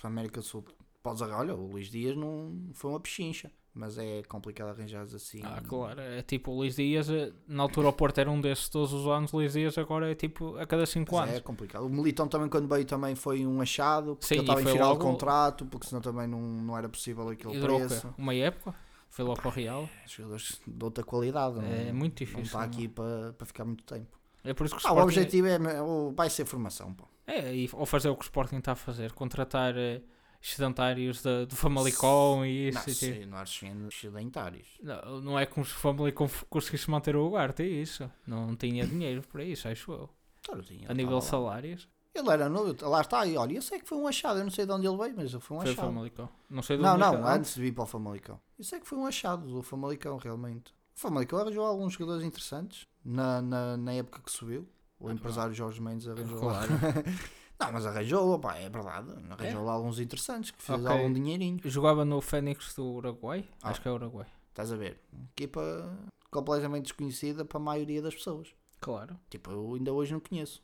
S2: América do Sul. Podes arranjar, olha, o Luís Dias não foi uma pechincha, mas é complicado arranjares assim.
S1: Ah, claro. É tipo o Luís Dias, eh, na altura o Porto era um desses todos os anos, o Luís Dias agora é tipo a cada cinco
S2: Mas
S1: anos.
S2: é complicado. O Militão também, quando veio, também foi um achado, porque
S1: Sim,
S2: ele
S1: e
S2: estava em
S1: foi
S2: final de
S1: logo-
S2: contrato, porque senão também não, não era possível
S1: E
S2: aquele
S1: durou o quê?
S2: preço.
S1: uma época? Foi logo para o Real?
S2: É Jogadores de outra qualidade, não-
S1: É muito
S2: não
S1: difícil.
S2: está
S1: não é?
S2: aqui para, para ficar muito tempo.
S1: É por isso que o
S2: Ah, o
S1: Sporting-
S2: objetivo é, é o- vai ser formação. Pô.
S1: É, e, ou fazer o que o Sporting está a fazer, contratar eh, excedentários da- do Famalicão e isso.
S2: Não,
S1: e tipo.
S2: se não acho sedentários.
S1: Não, não é como se o Famalicão f- conseguisse manter o Ugarte, é isso. Não tinha dinheiro para isso, acho eu.
S2: Claro, tinha,
S1: A nível
S2: tava
S1: de
S2: lá.
S1: salários,
S2: Ele era novo, lá está. E olha, eu sei que foi um achado, eu não sei de onde ele veio, mas foi um
S1: foi o
S2: achado.
S1: Famalicão. Não sei de
S2: Não,
S1: onde é que-
S2: não, antes de vir para o Famalicão. Eu sei que foi um achado do Famalicão, realmente. O Famalicão arranjou alguns jogadores interessantes na, na, na época que subiu. O empresário Jorge Mendes arranjou lá.
S1: É Claro.
S2: Não, mas arranjou, opá, é verdade. Arranjou lá alguns interessantes que fez
S1: Ok.
S2: algum dinheirinho.
S1: Jogava no Fénix do Uruguai,
S2: Ah.
S1: acho que é Uruguai.
S2: Estás a ver? Equipa completamente desconhecida para a maioria das pessoas.
S1: Claro.
S2: Tipo, eu ainda hoje não conheço.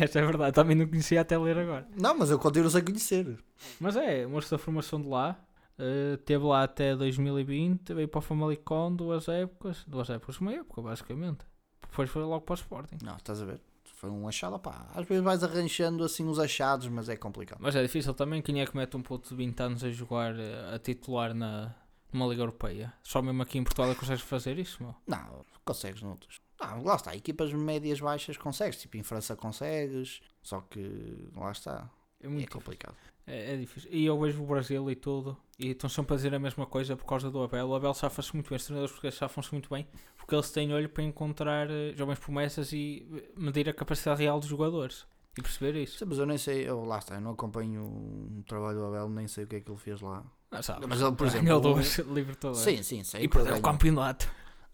S1: Esta é verdade, também não conhecia até ler agora.
S2: Não, mas eu continuo sem conhecer.
S1: Mas é, mostrou a formação de lá. eh, teve lá até 2020, veio para o Famalicão duas épocas, duas épocas, uma época basicamente. Depois foi logo para o Sporting.
S2: Não, estás a ver? Foi um achado, pá. Às vezes vais arranjando assim uns achados, mas é complicado.
S1: Mas é difícil também, quem é que mete um puto de 20 anos a jogar, eh, a titular na, numa Liga Europeia? Só mesmo aqui em Portugal é que consegues fazer isso, meu?
S2: Não, consegues noutros. Não, lá está, equipas médias baixas consegues, tipo em França consegues, só que lá está,
S1: É muito
S2: é
S1: difícil.
S2: complicado.
S1: É, é difícil. E eu vejo o Brasil e tudo, e estão sempre a dizer a mesma coisa por causa do Abel. O Abel safa-se muito bem, os treinadores portugueses safam-se muito bem, porque eles têm olho para encontrar eh, jovens promessas e eh, medir a capacidade real dos jogadores e perceber isso.
S2: Sim, mas eu nem sei, eu, lá está, eu não acompanho o trabalho do Abel, nem sei o que é que ele fez lá.
S1: Ah, sabe?
S2: Mas ele, por exemplo.
S1: Ganhou
S2: o-
S1: duas Libertadores
S2: Sim, é sim, sei.
S1: e
S2: que ele
S1: perdeu o
S2: ganhou.
S1: campeonato.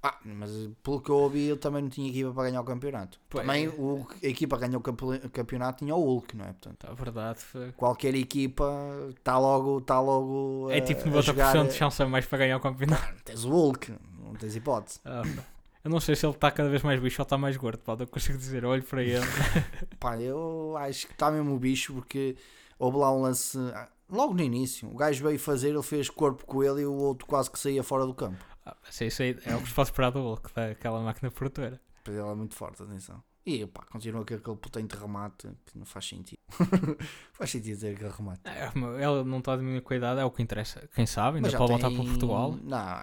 S2: Ah, mas pelo que eu ouvi, ele também não tinha equipa para ganhar o campeonato.
S1: Pois. é.
S2: Também o, a equipa que ganhou o campe- campeonato tinha o Hulk, não é? Portanto,
S1: Tá, verdade. foi-
S2: qualquer equipa está logo, está logo
S1: É
S2: a-
S1: tipo
S2: a jogar. eh,
S1: 90% de chance a mais para ganhar o campeonato.
S2: Tens o Hulk, não tens hipótese.
S1: Ah, pá. eu não sei se ele está cada vez mais bicho ou está mais gordo, pá, não consigo dizer, olho para ele.
S2: Pá, eu acho que está mesmo o bicho porque houve lá um lance ah, logo no início. O gajo veio fazer, ele fez corpo com ele e o outro quase que saía fora do campo.
S1: Ah, mas isso aí é o que se pode esperar do Hulk, daquela máquina produtora.
S2: Pois Ele é muito forte, atenção. E pá, continua com aquele potente remate que não faz sentido. faz sentido dizer aquele remate.
S1: É, mas Ele não está a diminuir a qualidade, é o que interessa. Quem sabe, ainda
S2: já
S1: pode voltar
S2: tem-
S1: para Portugal.
S2: Não.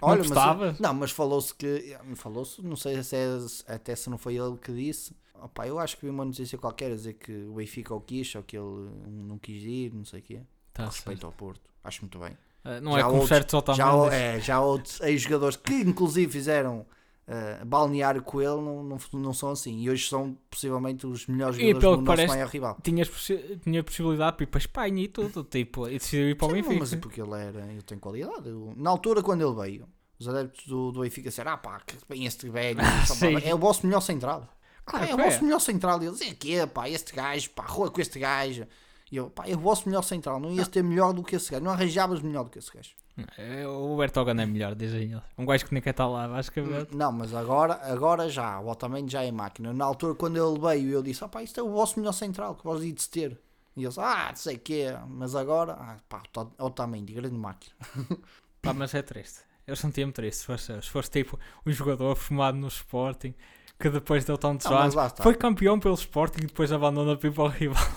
S1: Não
S2: Olha,
S1: gostava?
S2: mas, não, mas falou-se que. Falou-se, não sei se é, se- até se não foi ele que disse. Opa, eu acho que vi uma notícia qualquer a dizer que o Benfica o quis, ou que ele não quis ir, não sei o quê.
S1: Tá certo.
S2: Respeito ao Porto, acho muito bem.
S1: Ah, não
S2: Já
S1: é como
S2: outros-
S1: certos
S2: já, há-
S1: Otamendi.
S2: é, já há outros ex-jogadores que, inclusive, fizeram ah, balneário com ele, não, não, não são assim. E hoje são possivelmente os melhores
S1: E
S2: jogadores
S1: pelo
S2: do
S1: que
S2: nosso
S1: parece,
S2: maior rival.
S1: Tinhas possi- tinha possibilidade de ir para a Espanha e tudo, tipo, e decidiu ir para o
S2: Sim,
S1: Benfica.
S2: mas porque ele era, ele tem qualidade. Eu- na altura, quando ele veio, os adeptos do, do Benfica disseram: Ah, pá, que bem este velho, só
S1: sim.
S2: para- é o vosso melhor central.
S1: Claro
S2: "Ah, é o
S1: que é."
S2: vosso melhor central. E eles: É que é, pá, este gajo, pá, rua com este gajo. E eu, pá, é o vosso melhor central. Não ias ter melhor do que esse gajo, não arranjavas melhor do que esse gajo.
S1: É, O Roberto Hogan é melhor, dizem eles. Um gajo que nem quer estar lá, basicamente.
S2: Não, mas agora, agora já, o Otamendi já é máquina. Na altura, quando ele veio, eu disse: Ah, pá, isto é o vosso melhor central que vós ides ter. E eles: Ah, não sei o que é, mas agora, ah, pá, o Otamendi, grande máquina. Hum.
S1: Pá, mas é triste. Eu sentia-me triste se fosse, se fosse tipo um jogador formado no Sporting que depois deu tantos
S2: Não, mas
S1: anos.
S2: lá está.
S1: Foi campeão pelo Sporting e depois abandona para ir para o rival.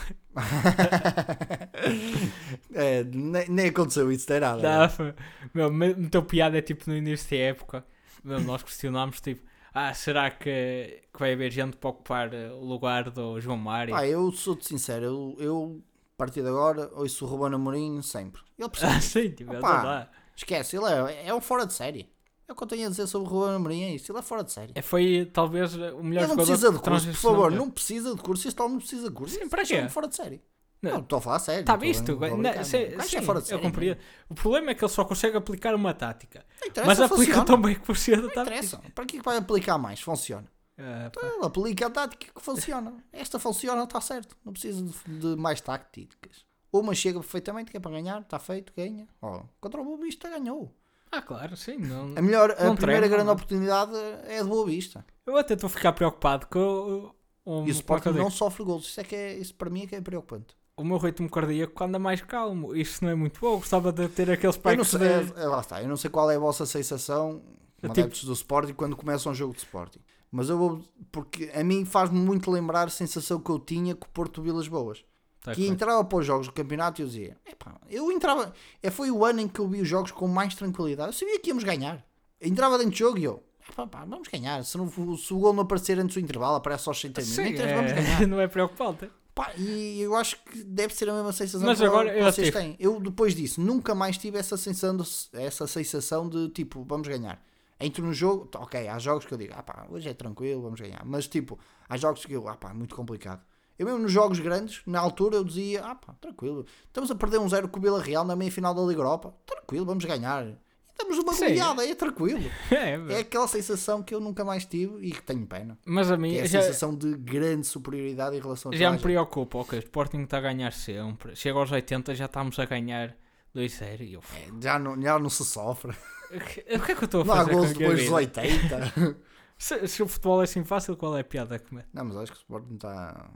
S2: É, nem, nem aconteceu isso, tem nada. né?
S1: Não, foi- meu, me- meteu piada é tipo no início da época. Meu, nós questionámos tipo, ah, será que, que vai haver gente para ocupar eh, o lugar do João Mário?
S2: Pá, eu sou-te sincero, eu, eu, a partir de agora ouço o Ruben Amorim sempre. Ele percebe,
S1: Ah, sim, tipo, não
S2: Opa.
S1: dá.
S2: esquece, ele é, é um fora de série. É o que eu tenho a dizer sobre o Ruben Amorim, é isso, ele é fora de série.
S1: É, Foi talvez eh, o É melhor
S2: Ele
S1: jogador
S2: não precisa de
S1: que
S2: curso, por
S1: transicionou.
S2: favor, não precisa de curso, este tal não precisa de curso.
S1: Sim,
S2: Isso
S1: para
S2: é
S1: quê?
S2: um fora de série.
S1: Não.
S2: Não, estou a falar sério.
S1: Está
S2: não estou-
S1: Tá visto?
S2: não estou a
S1: Não,
S2: brincar,
S1: se-
S2: não. O gajo
S1: sim,
S2: é fora de
S1: eu
S2: série.
S1: compreendo. O problema é que ele só consegue aplicar uma tática.
S2: Não interessa,
S1: Mas Tá aplica
S2: funciona.
S1: tão bem que por cima da
S2: Não
S1: tática.
S2: interessa. Então- Para que é que vai aplicar mais? Funciona.
S1: Ah, pá.
S2: Ele aplica a tática que funciona. Esta funciona, está certo. Não precisa de, de mais táticas. Uma chega perfeitamente, que é para ganhar, está feito, ganha. Ó, contra o Boa Vista ganhou.
S1: Ah, claro, sim. Não...
S2: A, melhor, a
S1: Não
S2: primeira
S1: treme,
S2: grande
S1: não.
S2: oportunidade é do Boa Vista.
S1: Eu até estou a ficar preocupado com o, o,
S2: E o Sporting
S1: cardíaco.
S2: não sofre golos. Isso, é que é, isso para mim é que é preocupante.
S1: o meu ritmo cardíaco anda mais calmo. Isto não é muito bom. Gostava de ter aqueles
S2: Eu não,
S1: packs
S2: sei,
S1: de...
S2: é- é- lá está, eu não sei qual é a vossa sensação,
S1: Eu
S2: adeptos do Sporting, quando começa um jogo de Sporting. Mas eu vou. Porque a mim faz-me muito lembrar a sensação que eu tinha com o Porto Vilas Boas.
S1: Tá
S2: que
S1: claro.
S2: entrava para os jogos do campeonato e eu dizia: "Epá, eu entrava. é, Foi o ano em que eu vi os jogos com mais tranquilidade. Eu sabia que íamos ganhar. Entrava dentro de jogo e eu: "Epá, pá, vamos ganhar. Se, não, se o gol não aparecer antes do intervalo, aparece aos 60 minutos.
S1: Sim,
S2: Então,
S1: é-
S2: vamos ganhar.
S1: não é preocupante.
S2: Pá, e eu acho que deve ser a mesma sensação
S1: Mas
S2: que
S1: agora
S2: que
S1: eu
S2: vocês
S1: tive.
S2: têm. Eu, depois disso, nunca mais tive essa sensação de, essa sensação de tipo, vamos ganhar. Entro no jogo, tá, ok, há jogos que eu digo, ah pá, hoje é tranquilo, vamos ganhar. Mas tipo, há jogos que eu, ah pá, é muito complicado. Eu mesmo nos jogos grandes, na altura eu dizia, ah pá, tranquilo, estamos a perder um zero com o Vila Real na meia-final da Liga Europa, tranquilo, vamos ganhar. E damos uma
S1: Sim.
S2: goleada, é tranquilo.
S1: É,
S2: É aquela sensação que eu nunca mais tive e que tenho pena.
S1: mas a
S2: Que
S1: mim
S2: é a
S1: já,
S2: sensação de grande superioridade em relação a toda
S1: já
S2: a
S1: me
S2: gente.
S1: preocupa. Ok, o Sporting está a ganhar sempre. Chega aos 80, já estamos a ganhar 2-0. E eu...
S2: Já não, já não se sofre.
S1: O que é que eu estou a
S2: Não há
S1: fazer com a
S2: gols
S1: minha
S2: depois dos
S1: vida?
S2: 80.
S1: Se, se o futebol é assim fácil, qual é a piada que mete?
S2: não, mas acho que o Sporting está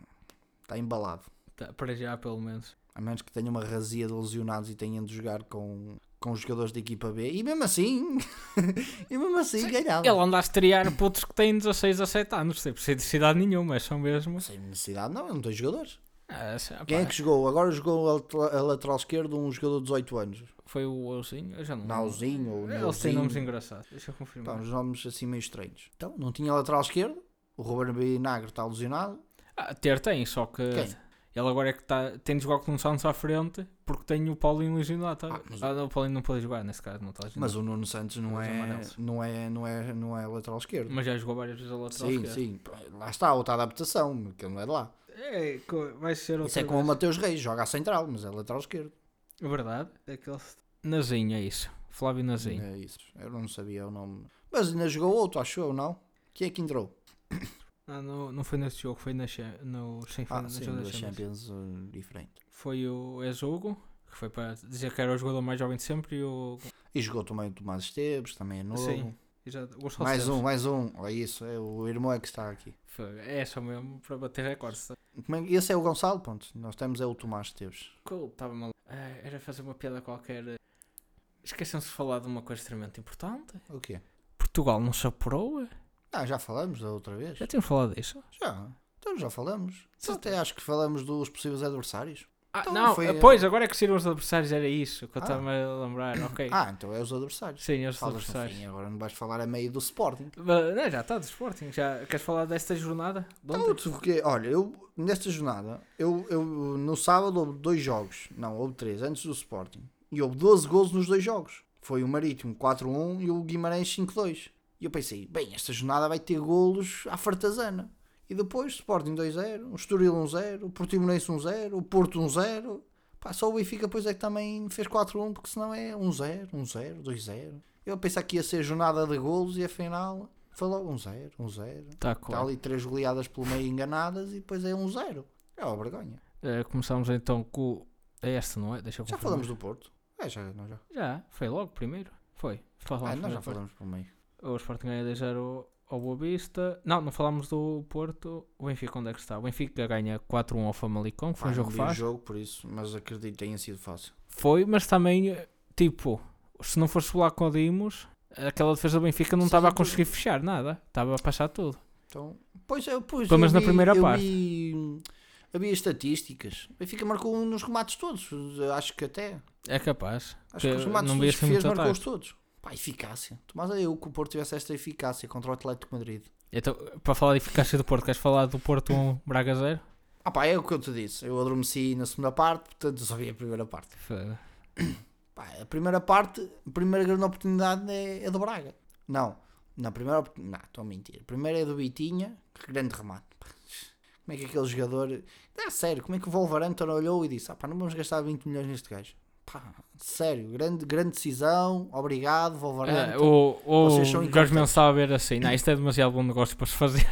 S2: está embalado.
S1: Tá, para já, pelo menos.
S2: A menos que tenha uma razia de lesionados e tenham de jogar com, com os jogadores da equipa B. E mesmo assim, e mesmo assim ganhava.
S1: Ele anda a estrear putos que têm 16 a 7 anos, tipo, sem necessidade nenhuma, são mesmo.
S2: Sem necessidade, não, não tem jogadores.
S1: Ah, se- ah,
S2: Quem é
S1: pá,
S2: que jogou? Agora jogou a, lateral- a lateral esquerda um jogador de 18 anos.
S1: Foi o Ozinho? Eu já não
S2: Nauzinho ou
S1: É, Eles têm nomes
S2: Neuzinho.
S1: engraçados, deixa eu
S2: Pá,
S1: confirmar.
S2: uns nomes assim meio estranhos. Então, não tinha lateral esquerdo. O Ruben Binagre está tá lesionado.
S1: Ah, ter tem, só que.
S2: Quem?
S1: Ele agora é que tá, tem de jogar com o Santos à frente porque tem o Paulinho lesionado. Tá?
S2: Ah, mas o-
S1: Ah, não, o Paulinho não pode jogar nesse caso, não está
S2: Mas
S1: lesionado.
S2: o Nuno Santos não
S1: Os
S2: é,
S1: amarelos.
S2: não é, não é, não é lateral esquerdo.
S1: Mas já jogou várias vezes a Hum, lateral
S2: sim,
S1: esquerda.
S2: sim. Lá está, outra adaptação, que ele não é de lá.
S1: É, co- vai ser outra
S2: Isso é como o
S1: vez.
S2: Mateus Reis, joga a central, mas é lateral esquerdo.
S1: É Verdade. Aquele... Nazinho, é isso. Flávio Nazinho.
S2: É isso. Eu não sabia o nome. Mas ainda jogou outro, acho eu, não? Quem é que entrou?
S1: Ah, não, não foi nesse jogo, foi na, cha- no, sem
S2: Ah,
S1: no
S2: sim,
S1: jogo da
S2: da
S1: Champions.
S2: Champions eh, diferente.
S1: Foi o Ezogo, que foi para dizer que era o jogador mais jovem de sempre, e o,
S2: E jogou também o Tomás Esteves, também é novo.
S1: Sim, e já- o Gonçalo
S2: mais
S1: Esteves.
S2: um, mais um. É isso, é o irmão é que está aqui.
S1: Foi- É só mesmo para bater recordes. tá?
S2: Como é que- Esse é o Gonçalo, pronto. Nós temos é o Tomás Esteves.
S1: Estava mal. Ah, era fazer uma piada qualquer. Esquecem-se de falar de uma coisa extremamente importante.
S2: O quê?
S1: Portugal não se apurou?
S2: Ah, já falamos da outra vez.
S1: Já tínhamos falado disso?
S2: Já. Então já falamos. Até acho que falamos dos possíveis adversários.
S1: Ah,
S2: Então
S1: não,
S2: foi-
S1: ah, pois, agora é que saíram os adversários, era isso que eu
S2: Ah.
S1: estava a lembrar, ok.
S2: Ah, assim, então é os adversários.
S1: Sim, os
S2: Falas no
S1: adversários.
S2: fim, agora não vais falar a meio do Sporting.
S1: Mas, não, já está do Sporting, já queres falar desta jornada? De ontem?
S2: Outro, porque, olha, eu nesta jornada, eu, eu no sábado houve dois jogos, não, houve três, antes do Sporting, e houve 12 gols nos dois jogos. Foi o Marítimo 4-1 e o Guimarães 5-2. E eu pensei, bem, esta jornada vai ter golos à fartazana. E depois Sporting 2-0, o Estoril 1-0, o Portimonense 1-0, o Porto 1-0. Pá, só o Benfica depois é que também fez 4-1, porque senão é 1-0, 1-0, 2-0. Eu pensei que ia ser jornada de golos e afinal foi logo 1-0, 1-0.
S1: Tá,
S2: Está
S1: claro.
S2: ali três goleadas pelo meio enganadas e depois é um zero. É uma vergonha.
S1: Ah, começamos então com. É esta, não é? Deixa eu
S2: Já
S1: confirmar.
S2: falamos do Porto. É, já, não, já.
S1: Já, foi logo primeiro. Foi. Falámos
S2: Ah, nós já
S1: primeiro.
S2: falamos pelo meio.
S1: O Sporting ganha 2-0 ao Boa Vista. Não, não falámos do Porto. O Benfica, onde é que está? O Benfica ganha 4-1 ao Famalicão, que foi
S2: Ah,
S1: um
S2: não
S1: jogo
S2: vi o
S1: fácil.
S2: jogo, por isso, mas acredito que tenha sido fácil.
S1: Foi, mas também, eh, tipo, se não fosse lá com o Dimos, aquela defesa do Benfica não
S2: Sim,
S1: estava a
S2: sim,
S1: conseguir fechar nada. Estava a passar tudo.
S2: Então, pois eu pois,
S1: Pelo
S2: eu
S1: menos na
S2: vi-
S1: primeira
S2: eu
S1: parte.
S2: Vi, havia estatísticas. O Benfica marcou um nos remates todos. Acho que até.
S1: É capaz.
S2: Acho que,
S1: Que
S2: os remates
S1: não vi
S2: todos que
S1: assim
S2: fez
S1: muito
S2: marcou-os
S1: ataque.
S2: todos. Pá, eficácia. Tomás eu que o Porto tivesse esta eficácia contra o Atlético de Madrid.
S1: Então, para falar de eficácia do Porto, queres falar do Porto 1 Braga 0?
S2: Ah pá, é o que eu te disse. Eu adormeci na segunda parte, portanto só vi a primeira parte.
S1: Foi.
S2: Pá, a primeira parte, a primeira grande oportunidade é, é do Braga. Não, na primeira opor- não, estou a mentir. A primeira é do Bitinha, que grande remate. Pá, Como é que aquele jogador. Ah, sério, como é que o Wolverhampton olhou e disse: ah, pá, não vamos gastar 20 milhões neste gajo? Pá, sério, grande, grande decisão, obrigado,
S1: Ah,
S2: Wolverhampton.
S1: o o
S2: então, Vocês são
S1: Jorge
S2: incompetentes.
S1: Mensal a ver assim, não, isto é demasiado bom negócio para se fazer.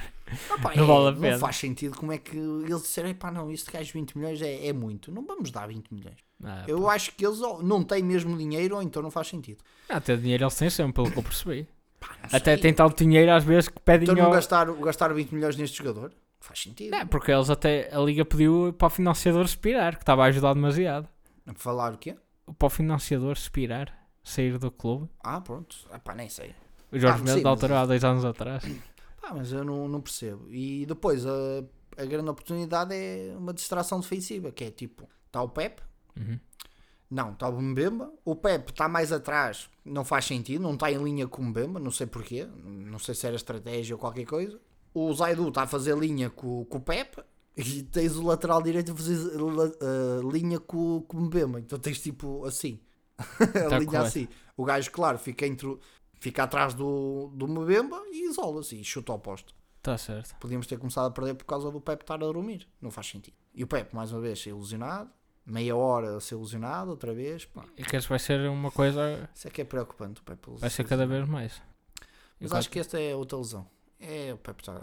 S2: Ah, pá,
S1: não
S2: é,
S1: vale a
S2: não
S1: pena.
S2: faz sentido como é que eles disseram: "Epá, não, este gajo 20 milhões é, é muito, não vamos dar 20 milhões.
S1: Ah,
S2: Eu acho que eles ou não têm mesmo dinheiro ou então não faz sentido.
S1: Ah, Até dinheiro eles têm sempre, pelo que eu percebi.
S2: Pá, não
S1: Até
S2: sei.
S1: tem tal dinheiro às vezes que pedem
S2: Então não
S1: ao...
S2: gastar, gastar 20 milhões neste jogador? Faz sentido.
S1: Não, porque eles até a Liga pediu para o financiador expirar, que estava a ajudar demasiado.
S2: Não Falar o quê?
S1: Para o financiador expirar, sair do clube.
S2: Ah, pronto. Ah, pá, nem sei.
S1: O Jorge
S2: Ah,
S1: Mendes
S2: sim, mas-
S1: alterou há dois anos atrás.
S2: Pá, mas eu não, não percebo. E depois a, a grande oportunidade é uma distração defensiva, que é tipo, está o Pepe,
S1: Uhum.
S2: não, está o Mbemba, o Pepe está mais atrás, não faz sentido, não está em linha com o Mbemba, não sei porquê, não sei se era estratégia ou qualquer coisa. O Zaidu está a fazer linha com, com o Pepe e tens o lateral direito a fazer la- eh, linha com, com o Mbemba, então tens tipo assim, a
S1: Tá
S2: linha
S1: correto.
S2: assim. O gajo, claro, fica, entre, fica atrás do, do Mbemba e isola-se e chuta ao posto
S1: Está Tá certo.
S2: podíamos ter começado a perder por causa do Pepe estar a dormir. Não faz sentido. E o Pepe, mais uma vez, ser ilusionado. Meia hora a ser ilusionado, outra vez. Pá,
S1: E É que isso vai ser uma coisa.
S2: isso é que é preocupante, o Pepe.
S1: Vai ser cada vez mais.
S2: Mas acho que esta é outra lesão. É, o Pepe está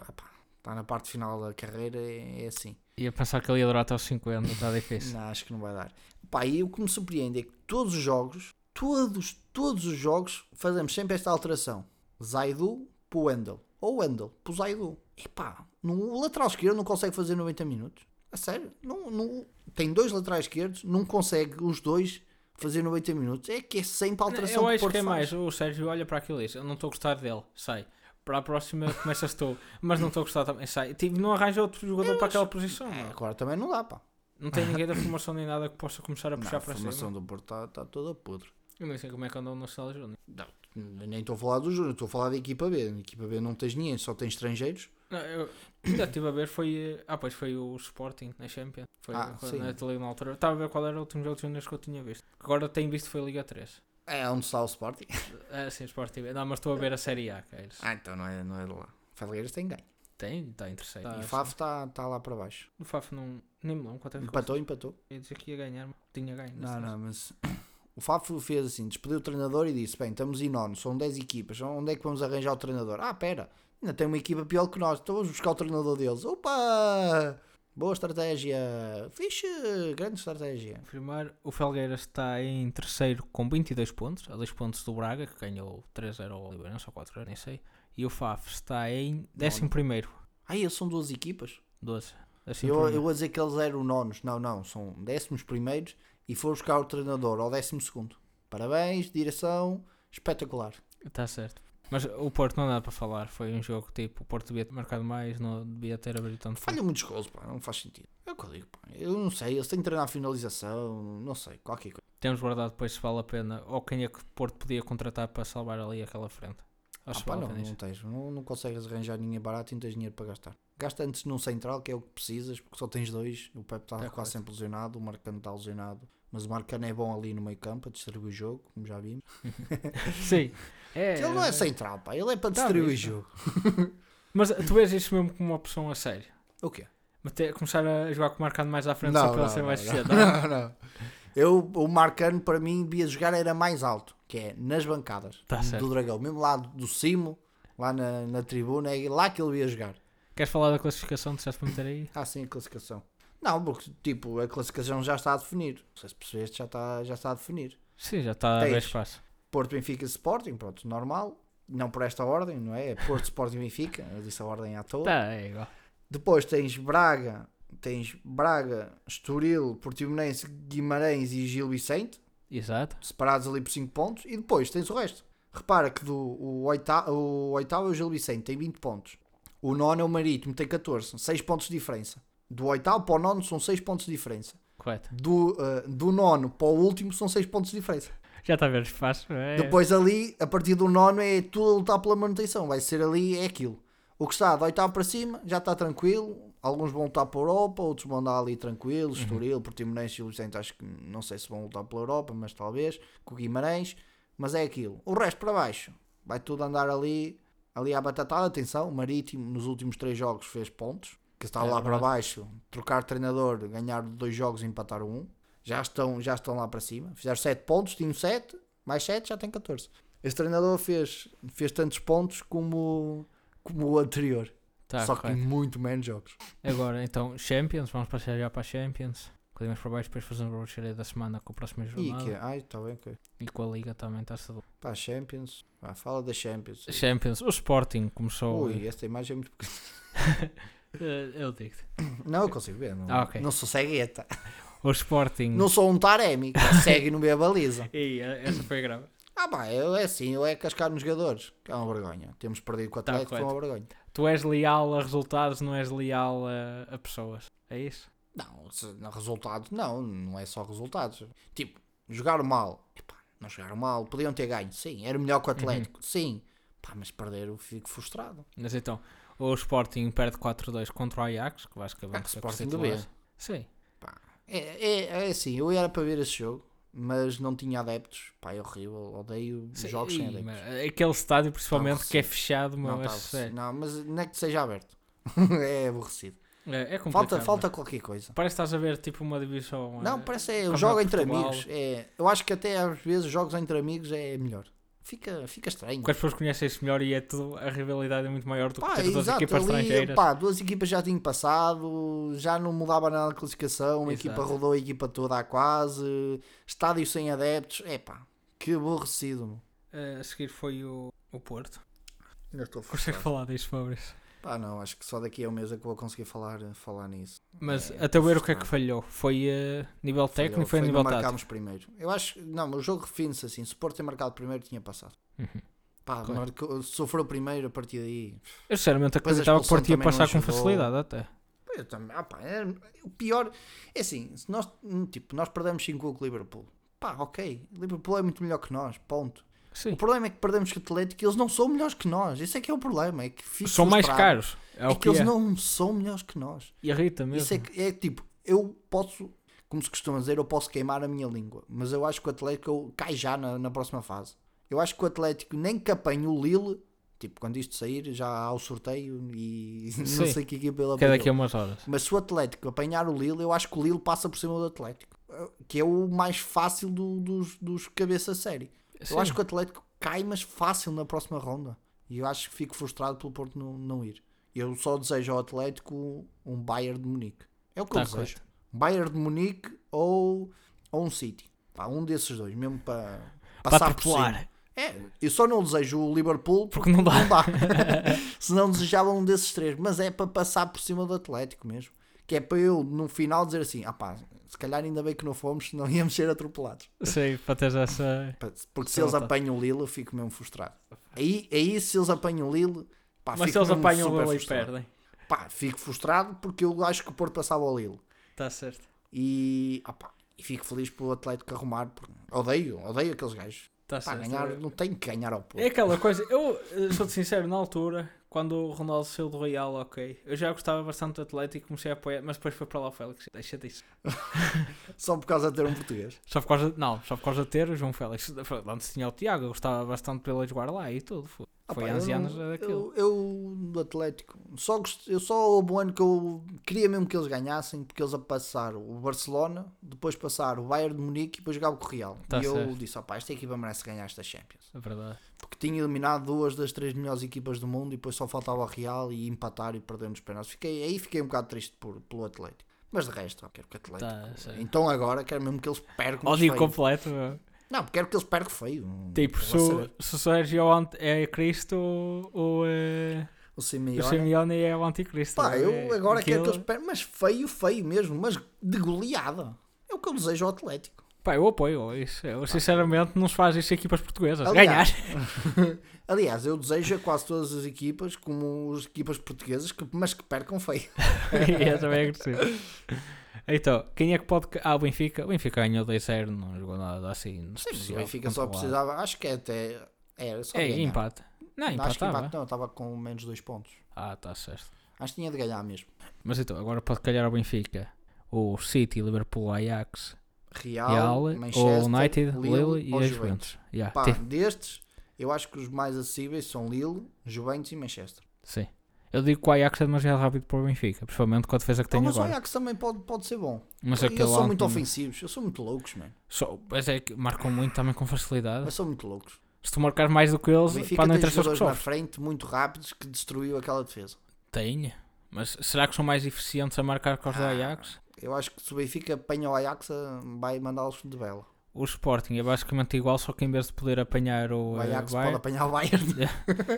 S2: tá na parte final da carreira, é, é assim.
S1: Ia pensar que ele ia durar até aos 50, está tá difícil.
S2: Não, acho que não vai dar. Pá, e o que me surpreende é que todos os jogos, todos, todos os jogos, fazemos sempre esta alteração. Zaidu para o Wendel. Ou Wendel para o Zaidu. E pá, no, o lateral esquerdo não consegue fazer 90 minutos. A sério? Não, não, tem dois laterais esquerdos, não consegue os dois fazer 90 minutos. É que é sempre a
S1: Eu
S2: alteração o
S1: acho
S2: Porto
S1: que é
S2: faz.
S1: mais. O Sérgio olha para aquilo e diz: Eu não estou a gostar dele, sai. Para a próxima começas tu, mas não estou a gostar também, sai. Tipo, não arranja outro jogador para aquela posição.
S2: É,
S1: meu.
S2: agora também não dá, pá.
S1: Não tem ninguém da formação nem nada que possa começar a
S2: Não,
S1: puxar
S2: a
S1: para
S2: formação
S1: cima.
S2: do Porto está tá toda podre.
S1: Eu nem sei como é que andou no Nacional Júnior.
S2: Nem estou a falar do Júnior, estou a falar da equipa B. Na equipa B não tens ninguém, só tens estrangeiros.
S1: Não, eu ainda estive a ver, foi. eh, Ah, pois foi o Sporting na Champions. Foi
S2: Ah,
S1: quando-
S2: sim.
S1: na tele na altura. Estava a ver qual era o último jogo de juniors que eu tinha visto. Agora tenho visto foi a Liga 3.
S2: É onde está o Sporting.
S1: Ah, sim, Sporting. Não, mas estou a ver a Série A, queres?
S2: Ah, então não é, não é de lá. Felgueiras tem ganho.
S1: Tem, está em terceiro.
S2: e
S1: Tá,
S2: o Fafo está tá lá para baixo.
S1: O Faf não. Nem me lembro quanto é que
S2: Empatou, empatou.
S1: Eu ia dizer que ia ganhar, mas tinha ganho. nesse
S2: Não,
S1: caso.
S2: não, mas o Fafo fez assim: despediu o treinador e disse: Bem, estamos em nono, são 10 equipas, onde é que vamos arranjar o treinador? Ah, pera, ainda tem uma equipa pior que nós, então vamos buscar o treinador deles. Opa! Boa estratégia! Fixe! Grande estratégia!
S1: Confirmar, o Felgueiras está em terceiro com 22 pontos, a 2 pontos do Braga, que ganhou 3-0 ao Liberança, ou 4 nem sei. E o Faf está em 11 primeiro,
S2: Ah, eles são duas equipas?
S1: 12. Assim
S2: Eu,
S1: primeiro.
S2: eu vou dizer que eles eram nonos. Não, não, são décimos primeiros e foram buscar o treinador ao décimo segundo. Parabéns, direção, espetacular.
S1: Está Tá certo. Mas o Porto não dá para falar. Foi um jogo tipo, o Porto devia ter marcado mais, não devia ter abrido tanto fogo.
S2: Falham muitos gols, pá, não faz sentido. É o que eu digo, pá. Eu não sei, eles têm que treinar a finalização, não sei, qualquer coisa.
S1: Temos guardado depois se vale a pena. Ou quem é que o Porto podia contratar para salvar ali aquela frente.
S2: Ah,
S1: Acho que
S2: pá,
S1: vale a
S2: não,
S1: pena
S2: não
S1: isso.
S2: tens, não, não consegues arranjar ninguém barato e não tens dinheiro para gastar. Gasta antes num central, que é o que precisas, porque só tens dois. O Pepe está
S1: É
S2: quase
S1: correto.
S2: sempre lesionado, o Marcano está lesionado. Mas o Marcano é bom ali no meio campo, a distribuir o jogo, como já vimos.
S1: Sim. É,
S2: ele não é central, pá, ele é para
S1: Tá
S2: distribuir o
S1: visto.
S2: jogo.
S1: Mas tu vês isso mesmo como uma opção a sério.
S2: O quê?
S1: Meter- começar a jogar com o marcado mais à frente só para ele ser mais eficiente.
S2: não, não. Eu, o Marcano, para mim, devia jogar era mais alto, que é nas bancadas
S1: Tá certo.
S2: do Dragão, mesmo lá do cimo, lá na, na tribuna, é lá que ele ia jogar.
S1: Queres falar da classificação? Disseste para meter aí?
S2: Ah, sim, a classificação. Não, porque tipo, a classificação já está a definir. Não sei se percebeste, já está, já está a definir.
S1: Sim, já está a
S2: Tens.
S1: ver espaço.
S2: Porto, Benfica, Sporting, pronto, normal. Não por esta ordem, não é? É Porto, Sporting, Benfica. Eu disse a ordem à toa.
S1: Tá, é igual.
S2: Depois tens Braga, tens Braga, Estoril, Portimonense, Guimarães e Gil Vicente.
S1: Exato.
S2: separados ali por 5 pontos e depois tens o resto. Repara que do, o, oita, o oitavo é o Gil Vicente, tem 20 pontos. O nono é o Marítimo, tem 14, 6 pontos de diferença. Do oitavo para o nono são 6 pontos de diferença.
S1: Correto.
S2: Do, eh, do nono para o último são 6 pontos de diferença.
S1: Já está a ver espaço. É...
S2: Depois ali, a partir do nono, é tudo a lutar pela manutenção. Vai ser ali, é aquilo. O que está do oitavo para cima já está tranquilo. Alguns vão lutar pela Europa, outros vão andar ali tranquilos. Estoril, Portimonense e Lucente, acho que não sei se vão lutar pela Europa, mas talvez. Com o Guimarães, mas é aquilo. O resto para baixo vai tudo andar ali, ali à batatada. Atenção, o Marítimo nos últimos três jogos fez pontos. Que está
S1: É
S2: lá para
S1: verdade.
S2: baixo, trocar treinador, ganhar dois jogos e empatar um. Já estão, já estão lá para cima. Fizeram 7 pontos, tinham 7, mais 7 já tem 14. Esse treinador fez, fez tantos pontos como, como o anterior,
S1: Tá,
S2: só
S1: correto.
S2: que muito menos jogos.
S1: Agora, então, Champions, vamos passar já para a Champions. Podemos para baixo, depois fazemos o cheiro da semana com a próxima
S2: E
S1: jornada.
S2: que, é? ai, está bem, ok.
S1: E com a Liga também está tudo.
S2: Pá, Champions, Vá, fala da Champions.
S1: Champions, o Sporting começou.
S2: Ui, esta imagem é muito pequena.
S1: Eh, eu digo-te.
S2: Não, eu consigo ver, não,
S1: Ah, ok.
S2: não sou cegueta.
S1: O Sporting.
S2: Não sou um Taremi, que segue e não vê a baliza.
S1: Ei, eh, essa foi grave.
S2: Ah, pá, eu, é assim, eu é cascar nos jogadores, que é uma vergonha. Temos perdido com o
S1: Tá,
S2: Atlético, foi
S1: correto.
S2: uma vergonha.
S1: Tu és leal a resultados, não és leal a, a pessoas. É isso?
S2: Não, se- não, resultados, não, não é só resultados. Tipo, jogaram mal. Epá, não jogaram mal, podiam ter ganho, sim. Era melhor que o Atlético,
S1: Uhum.
S2: sim. Pá, mas perderam, fico frustrado.
S1: Mas então, o Sporting perde 4-2 contra o Ajax, que
S2: Pá,
S1: basicamente
S2: Ah, que
S1: foi com os
S2: Sporting do B.
S1: titulares. Sim.
S2: É, é, é assim, eu era para ver esse jogo, mas não tinha adeptos. Pá, é horrível, odeio
S1: Sim,
S2: jogos sem
S1: ih,
S2: adeptos.
S1: mas Aquele estádio, principalmente, que é
S2: aborrecido.
S1: fechado,
S2: não,
S1: meu,
S2: tá
S1: é
S2: aborrecido.
S1: sério.
S2: não, mas não é que seja aberto. é aborrecido.
S1: É, é complicado.
S2: Falta,
S1: não é?
S2: falta qualquer coisa.
S1: Parece que estás a ver tipo uma divisão.
S2: Não,
S1: eh,
S2: parece é,
S1: Campeonato
S2: eu jogo entre
S1: de Portugal.
S2: amigos. É, eu acho que até às vezes jogos entre amigos é melhor. Fica, fica estranho.
S1: Porque as pessoas conhecem-se melhor e é tudo, a rivalidade é muito maior do que
S2: Pá,
S1: ter duas
S2: exato,
S1: equipas
S2: ali,
S1: estrangeiras.
S2: pá, duas equipas já tinham passado, já não mudava nada a classificação, uma
S1: Exato.
S2: equipa rodou a equipa toda há quase, estádio sem adeptos, é pá, que aborrecido. meu.
S1: Eh, a seguir foi o, o Porto. Consegue falar disto, pobres.
S2: Pá, não, acho que só daqui a um mês é que vou conseguir falar, falar nisso.
S1: Mas
S2: É,
S1: até ver o que é que
S2: frustrante.
S1: falhou. Foi eh, nível técnico, foi, a
S2: não
S1: nível tático.
S2: marcámos primeiro. Eu acho, não, o jogo refine-se assim, se o Porto ter marcado primeiro tinha passado.
S1: Uhum.
S2: Pá,
S1: Claro.
S2: marcou- sofreu primeiro a partir daí.
S1: Eu sinceramente
S2: Depois a
S1: acreditava que o Porto ia
S2: expulsão também
S1: passar
S2: não
S1: com
S2: ajudou.
S1: facilidade até.
S2: Pá, Eu também, ah, pá, é- o pior é assim, se nós, hum, tipo, nós perdemos 5 com o Liverpool. Pá, ok, Liverpool é muito melhor que nós, ponto.
S1: Sim.
S2: O problema é que perdemos com o Atlético e eles não são melhores que nós. Isso é que é o problema. É que fico
S1: São mais
S2: frustrado.
S1: caros. É,
S2: É
S1: o
S2: que eles não são melhores que nós.
S1: E irrita mesmo.
S2: Isso é, que- é tipo, eu posso, como se costuma dizer, eu posso queimar a minha língua, mas eu acho que o Atlético cai já na, na próxima fase. Eu acho que o Atlético nem que apanhe o Lille, tipo, quando isto sair já há o sorteio e não
S1: Sim.
S2: sei que equipa ele
S1: Que é
S2: apanhou.
S1: daqui a umas horas.
S2: Mas se o Atlético apanhar o Lille, eu acho que o Lille passa por cima do Atlético, que é o mais fácil do- dos, dos cabeça série.
S1: Sim.
S2: Eu acho que o Atlético cai, mas fácil na próxima ronda. E eu acho que fico frustrado pelo Porto não, não ir. Eu só desejo ao Atlético um Bayern de Munique. É o que
S1: Tá
S2: eu desejo. Um Bayern de Munique ou, ou um City. Pá, um desses dois, mesmo para passar
S1: para
S2: por cima.
S1: atropelar.
S2: É, eu só não desejo o Liverpool
S1: Porque
S2: porque
S1: não dá.
S2: não dá. Se não desejava um desses três, mas é para passar por cima do Atlético mesmo. Que é para eu, no final, dizer assim: ah pá, se calhar ainda bem que não fomos, senão íamos ser atropelados.
S1: Sei, para teres essa.
S2: Pá, Porque se
S1: Sim,
S2: eles
S1: tá.
S2: apanham o Lille, eu fico mesmo frustrado. Aí, aí se eles apanham o Lille, pá,
S1: Mas se
S2: fico
S1: eles
S2: mesmo
S1: apanham
S2: super
S1: o e
S2: frustrado.
S1: perdem.
S2: Pá, fico frustrado porque eu acho que o Porto passava ao Lille.
S1: Está Tá certo.
S2: E, ah pá, e fico feliz pelo Atlético arrumar. Porque odeio, odeio aqueles gajos.
S1: Está Tá
S2: Pá,
S1: certo.
S2: ganhar, não tenho que ganhar ao Porto.
S1: É aquela coisa, eu eh, sou-te sincero, na altura, quando o Ronaldo saiu do Real, ok, eu já gostava bastante do Atlético e comecei a apoiar, mas depois foi para lá o Félix, deixa disso.
S2: Só por causa de ter um português.
S1: Só por causa, não, só por causa de ter o João Félix, Foi- antes tinha o Tiago, eu gostava bastante pelo jogar lá e tudo, foi,
S2: Ah,
S1: foi
S2: pá,
S1: 11
S2: eu não-
S1: anos daquilo.
S2: Eu, eu, do Atlético, só gost- eu só houve um ano que eu queria mesmo que eles ganhassem, porque eles a passar o Barcelona, depois passar o Bayern de Munique e depois jogava com o Real.
S1: Tá
S2: e eu
S1: certo.
S2: disse, opá, esta equipa merece ganhar esta Champions.
S1: É verdade.
S2: Porque tinha eliminado duas das três melhores equipas do mundo e depois só faltava o Real e empatar e perder nos penaltis. Fiquei, aí fiquei um bocado triste por, pelo Atlético. Mas de resto, ó, quero que o Atlético.
S1: Tá, certo.
S2: Então agora quero mesmo que eles percam.
S1: Ódio
S2: feio.
S1: completo, meu.
S2: Não, quero que eles percam feio. um,
S1: tipo,
S2: Vou
S1: se, o-
S2: saber.
S1: se o Sérgio é o ant- é Cristo, o, eh,
S2: O
S1: o
S2: Simeone.
S1: Simeone é o anticristo.
S2: Pá, eu
S1: é-
S2: agora quero que
S1: aquilo-
S2: eles percam. Mas feio, feio mesmo. Mas de goleada. É o que eu desejo ao Atlético.
S1: Pá, eu apoio isso, é, eu sinceramente não se faz isso em equipas portuguesas,
S2: Aliás,
S1: ganhar.
S2: Aliás, eu desejo a quase todas as equipas, como as equipas portuguesas, que, mas que percam feio.
S1: é também agressivo. Então, quem é que pode. ca- Ah, o Benfica. O Benfica ganhou 2-0, não jogou nada assim. Não
S2: Sim, mas o Benfica só precisava, acho que é até era só
S1: É,
S2: ganhar.
S1: empate. Não,
S2: Não, acho que
S1: empatava.
S2: empate não, estava com menos dois pontos.
S1: Ah, tá certo.
S2: Acho que tinha de ganhar mesmo.
S1: Mas então, agora pode calhar ao Benfica. O City, Liverpool, Ajax,
S2: Real,
S1: Real,
S2: Manchester,
S1: o United, Lille e
S2: ou
S1: a
S2: Juventus.
S1: Juventus. Yeah,
S2: Pá,
S1: tive-
S2: destes, eu acho que os mais acessíveis são Lille, Juventus e Manchester.
S1: Sim. Eu digo que o Ajax é demasiado rápido para o Benfica, principalmente com a defesa que tem
S2: Então, mas o
S1: agora.
S2: Ajax também pode, pode ser bom.
S1: Mas é
S2: Eles
S1: aquele
S2: são muito
S1: ontem-
S2: ofensivos, eles são muito loucos, mano.
S1: só- Mas é que marcam muito também com facilidade.
S2: Mas são muito loucos.
S1: Se tu marcares mais do que
S2: O
S1: eles,
S2: Benfica
S1: para não
S2: tem
S1: interessar os que
S2: jogadores na
S1: sofres.
S2: frente muito rápidos que destruiu aquela defesa.
S1: Tem. Mas será que são mais eficientes a marcar com os do
S2: Ah.
S1: Ajax?
S2: Eu acho que se o Benfica apanha o Ajax, ah, vai mandá-los de bela.
S1: O Sporting é basicamente igual, só que em vez de poder apanhar o,
S2: O
S1: eh,
S2: Ajax
S1: Bayern,
S2: pode apanhar o Bayern.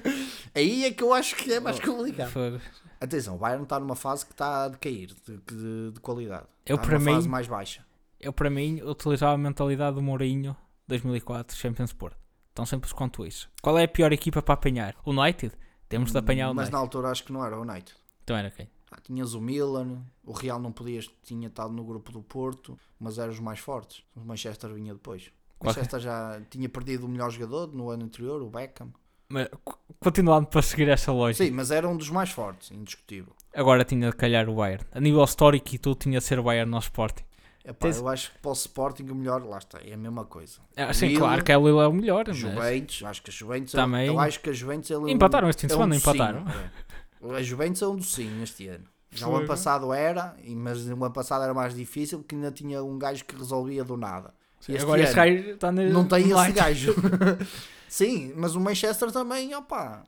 S2: Aí é que eu acho que é mais complicado.
S1: fogo.
S2: Atenção, o Bayern está numa fase que está a decair de, de, de qualidade.
S1: Eu,
S2: está
S1: para
S2: numa
S1: mim-
S2: fase mais baixa.
S1: Eu, para mim, utilizava a mentalidade do Mourinho 2004, Champions Porto. Tão simples quanto isso. Qual é a pior equipa para apanhar? O United? Temos de apanhar é o
S2: Mas
S1: United.
S2: na altura acho que não era o United.
S1: Então era quem?
S2: Ah, tinhas o Milan, o Real não podias, tinha estado no grupo do Porto, mas eram os mais fortes. O Manchester vinha depois. O
S1: Qual- é?
S2: Manchester já tinha perdido o melhor jogador no ano anterior, o Beckham.
S1: Mas, co- continuando para seguir essa lógica,
S2: Sim, mas era um dos mais fortes, indiscutível.
S1: agora tinha de calhar o Bayern. A nível histórico e tudo, tinha de ser o Bayern no Sporting.
S2: Epá,
S1: Tens-
S2: Eu acho que para o Sporting o melhor, lá está, é a mesma coisa.
S1: Ah, sim,
S2: Lille,
S1: claro que a Lille é o melhor, mas
S2: Juventus, acho que a Juventus, é-
S1: Também.
S2: eu acho que a Juventus é um-
S1: empataram este fim de
S2: é um
S1: semana,
S2: docinho,
S1: empataram.
S2: é. A Juventus é um docinho este ano. Já o
S1: Foi, né?
S2: ano passado era, e- mas o ano passado era mais difícil porque ainda tinha um gajo que resolvia do nada.
S1: Sim,
S2: Este
S1: agora este
S2: ano
S1: gajo tá está na...
S2: não tem esse
S1: Light.
S2: gajo. Sim, mas o Manchester também, opá.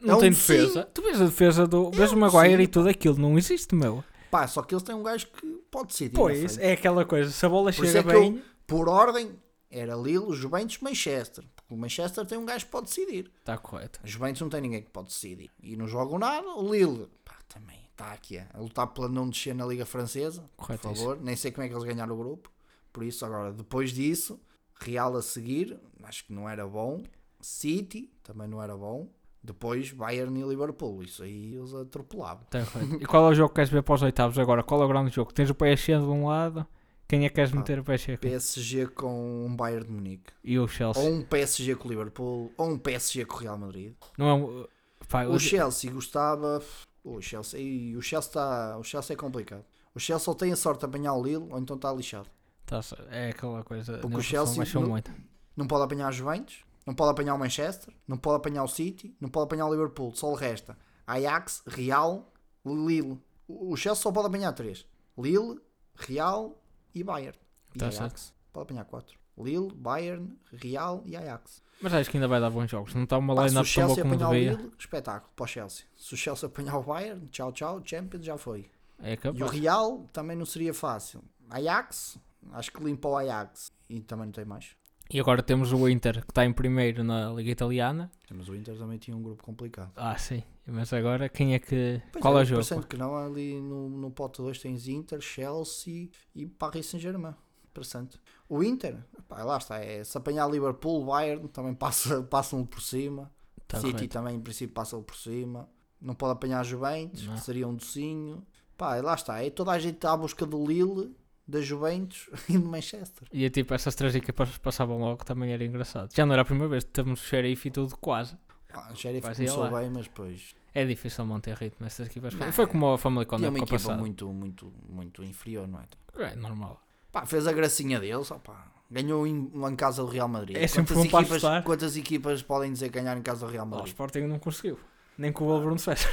S1: Não
S2: É um
S1: tem
S2: sim.
S1: defesa. Tu vês a defesa do. Vês o
S2: um
S1: Maguire
S2: sim,
S1: e tudo aquilo, não existe, meu.
S2: Pá, só que eles têm um gajo que pode decidir. na
S1: Pois,
S2: frente.
S1: é aquela coisa, se a bola
S2: Por isso
S1: chega
S2: é que
S1: bem.
S2: Por ordem, era Lille, Juventus, Manchester. Porque o Manchester tem um gajo que pode decidir.
S1: Está tá correto.
S2: A Juventus não tem ninguém que pode decidir. E não jogam nada. O Lille, pá, também está aqui a a lutar pela não descer na Liga Francesa.
S1: Correto
S2: por
S1: isso.
S2: favor, nem sei como é que eles ganharam o grupo. Por isso, agora, depois disso, Real a seguir, acho que não era bom. City também não era bom. Depois Bayern e Liverpool. Isso aí eles atropelavam.
S1: Tá correto. E qual é o jogo que queres ver para os oitavos agora? Qual é o grande jogo? Tens o PSG de um lado Quem é que
S2: Ah,
S1: queres meter o Pacheco?
S2: PSG com um Bayern de Munique.
S1: E o Chelsea?
S2: Ou um PSG com o Liverpool. Ou um PSG com o Real Madrid.
S1: Não é um... Pá,
S2: O
S1: o-
S2: Chelsea gostava. O Chelsea, Ih, o Chelsea está. O Chelsea é complicado. O Chelsea só tem a sorte de apanhar o Lille ou então está lixado.
S1: Tás- é aquela coisa.
S2: Porque
S1: não
S2: o Chelsea
S1: baixou
S2: não-
S1: muito.
S2: Não pode apanhar os Juventus, não pode apanhar o Manchester, não pode apanhar o City, não pode apanhar o Liverpool. Só lhe resta Ajax, Real, Lille. O o Chelsea só pode apanhar três: Lille, Real e Bayern. E
S1: Tá
S2: Ajax. Pode apanhar quatro: Lille, Bayern, Real e Ajax.
S1: Mas acho que ainda vai dar bons jogos. Não está uma
S2: Pá, se o
S1: line-up tão boa
S2: Chelsea
S1: como
S2: apanhar o
S1: devia.
S2: Lille, espetáculo para o Chelsea. Se o Chelsea apanhar o Bayern, tchau, tchau, Champions já foi.
S1: É
S2: E o
S1: capaz.
S2: Real também não seria fácil. Ajax, acho que limpa o Ajax. E também não tem mais.
S1: E agora temos o Inter, que está em primeiro na Liga Italiana.
S2: Mas o Inter também tinha um grupo complicado.
S1: Ah, sim. Mas agora, quem é que...
S2: Pois
S1: Qual é o
S2: eu
S1: jogo?
S2: parecendo que não, ali no, no pote 2 tens Inter, Chelsea e Paris Saint-Germain. Interessante. O Inter, pá, lá está, é, se apanhar Liverpool, Bayern também passa, passam por cima.
S1: Tá
S2: City
S1: correto.
S2: também, em princípio, passa um por cima. Não pode apanhar Juventus,
S1: Não.
S2: que seria um docinho. Pá, lá está, é toda a gente está à busca do Lille, da Juventus e do Manchester.
S1: E é tipo, essas três equipas passavam logo, também era engraçado. Já não era a primeira vez que temos o xerife e tudo, quase.
S2: Ah, o Sheriff
S1: Mas ia
S2: começou
S1: lá.
S2: bem, mas depois
S1: É difícil manter ritmo essas equipas.
S2: Não.
S1: Foi como a Family Con na
S2: tinha uma
S1: época
S2: equipa
S1: passada.
S2: muito, muito, muito inferior, não é?
S1: É normal.
S2: Pá, fez a gracinha deles, ó pá. Ganhou em, lá em casa do Real Madrid.
S1: É sempre bom para
S2: equipas,
S1: apostar.
S2: quantas equipas podem dizer que ganharam em casa do Real
S1: Lá, o
S2: Madrid?
S1: Sporting não conseguiu. Nem com o Bruno César.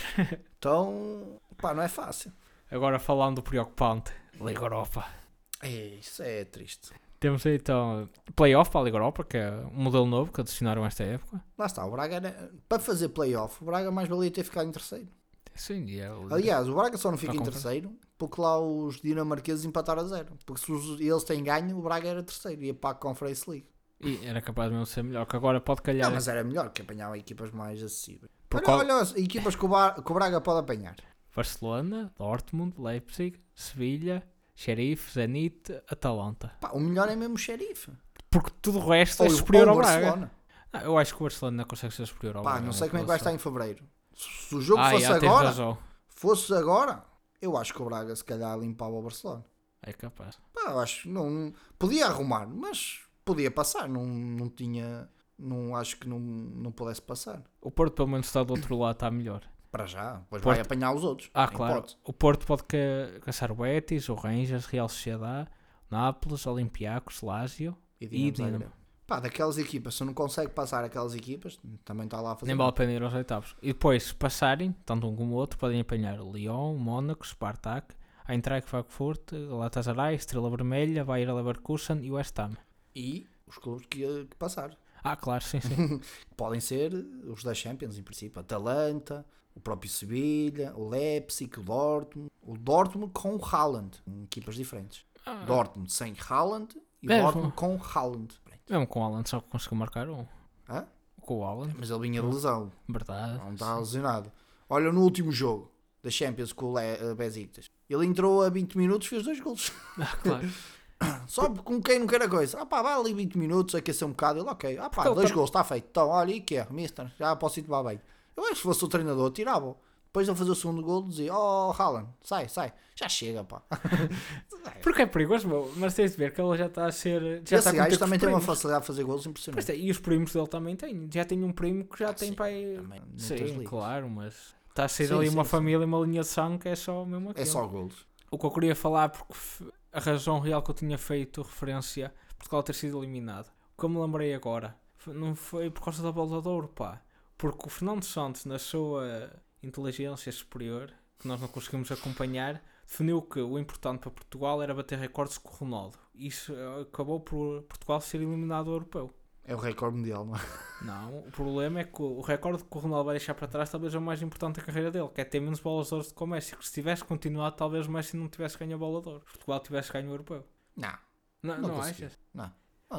S2: Então, pá, não é fácil.
S1: Agora falando do preocupante, Liga Europa.
S2: É, isso é triste.
S1: Temos aí então playoff para a Liga Europa, que é um modelo novo que adicionaram esta época.
S2: Lá está, o Braga, era- para fazer playoff, o Braga mais valia ter ficado em terceiro.
S1: Sim, e é o-
S2: Aliás, o Braga só não fica
S1: Está
S2: em
S1: com
S2: terceiro porque lá os dinamarqueses empataram a zero. Porque se os- eles têm ganho, o Braga era terceiro, ia para a Conference League.
S1: e era capaz mesmo de ser melhor, que agora pode calhar.
S2: Não, mas era melhor que apanhava equipas mais acessíveis.
S1: Por
S2: Olha,
S1: qual-
S2: olha as equipas que o, Bar- que o Braga pode apanhar.
S1: Barcelona, Dortmund, Leipzig, Sevilha, Xerife, Zenit, Atalanta.
S2: Pá, o melhor é mesmo o Xerife.
S1: Porque tudo o resto
S2: Ou
S1: é
S2: o-
S1: superior
S2: ou
S1: ao
S2: o
S1: Braga.
S2: Barcelona.
S1: Ah, eu acho que o Barcelona não consegue ser superior ao
S2: Pá,
S1: Braga.
S2: não
S1: na
S2: sei como é que vai estar
S1: posição.
S2: em fevereiro. Se se o jogo
S1: Ah,
S2: fosse
S1: já, tens
S2: agora,
S1: razão.
S2: fosse agora, eu acho que o Braga se calhar limpava o Barcelona.
S1: É capaz.
S2: Pá, eu acho que não podia arrumar, mas podia passar, não, não tinha, não acho que não, não pudesse passar.
S1: O Porto, pelo menos, está do outro lado, está melhor.
S2: Para já, depois
S1: Porto-
S2: vai apanhar os outros.
S1: Ah,
S2: Em
S1: claro.
S2: hipótese.
S1: O Porto pode ca- caçar o Betis, o Rangers, Real Sociedade, Nápoles, Olympiacos, Lazio.
S2: E Dinamo
S1: E Dinamo.
S2: Zagreb. Pá, daquelas equipas, se não consegue passar aquelas equipas, também está lá a fazer.
S1: Nem vale
S2: mal.
S1: a pena ir aos oitavos. E depois, se passarem, tanto um como o outro, podem apanhar Lyon, Mónaco, Spartak, Eintracht Frankfurt, Galatasaray, Estrela Vermelha, Bayer Leverkusen e West Ham.
S2: E os clubes que, que passar.
S1: Ah, claro, sim, sim.
S2: Podem ser os da Champions, em princípio. Atalanta, o próprio Sevilha, o Leipzig, o Dortmund. O Dortmund com o Haaland. em Equipas diferentes.
S1: Ah,
S2: Dortmund sem Haaland e
S1: Mesmo?
S2: Dortmund com Haaland.
S1: mesmo com o Alan só conseguiu marcar um.
S2: Hã?
S1: Com o Alan,
S2: Mas ele vinha de lesão.
S1: verdade.
S2: Não está lesionado. Olha, no último jogo da Champions com o Le- eh, Besiktas. Ele entrou a 20 minutos e fez dois gols.
S1: Ah, claro.
S2: Só com quem não quer a coisa. Ah pá, vai ali 20 minutos, aquecer um bocado. Ele, ok. Ah pá,
S1: Porque ele
S2: dois
S1: tam-
S2: gols, está feito. Então, olha, e que é, mister, já posso ir tomar bem. Eu acho que se fosse o treinador, tirava Depois de fazer o segundo gol, dizia, oh, Haaland, sai, sai. Já chega, pá.
S1: Porque é perigoso, meu, mas tens de ver que ele já está a ser. Já está
S2: Já Esse
S1: a competir
S2: gajo
S1: com os
S2: também tem uma
S1: primos.
S2: facilidade de fazer gols
S1: Pois
S2: impressionante.
S1: é, e os primos dele também têm. Já tem um primo que já
S2: Ah,
S1: tem
S2: sim,
S1: pai.
S2: Também, não tens
S1: Sim,
S2: ligas.
S1: claro, mas está a ser
S2: Sim,
S1: ali uma
S2: sim, sim.
S1: família e uma linha de sangue que é só mesmo
S2: É
S1: aquilo.
S2: só golos.
S1: O que eu queria falar, porque f- a razão real que eu tinha feito referência a Portugal ter sido eliminado, o que eu me lembrei agora, f- não foi por causa da bola de ouro, pá. Porque o Fernando Santos, na sua inteligência superior, que nós não conseguimos acompanhar, definiu que o importante para Portugal era bater recordes com o Ronaldo. Isso eh, acabou por Portugal ser eliminado do europeu.
S2: É o recorde mundial, não é?
S1: Não, o problema é que o o recorde que o Ronaldo vai deixar para trás talvez é o mais importante da carreira dele, que é ter menos bolas de ouro do que o Messi. Que se tivesse continuado, talvez o Messi não tivesse ganho a bola de ouro. Portugal tivesse ganho o europeu.
S2: Não.
S1: Não,
S2: Não
S1: não,
S2: conseguiu.
S1: achas?
S2: não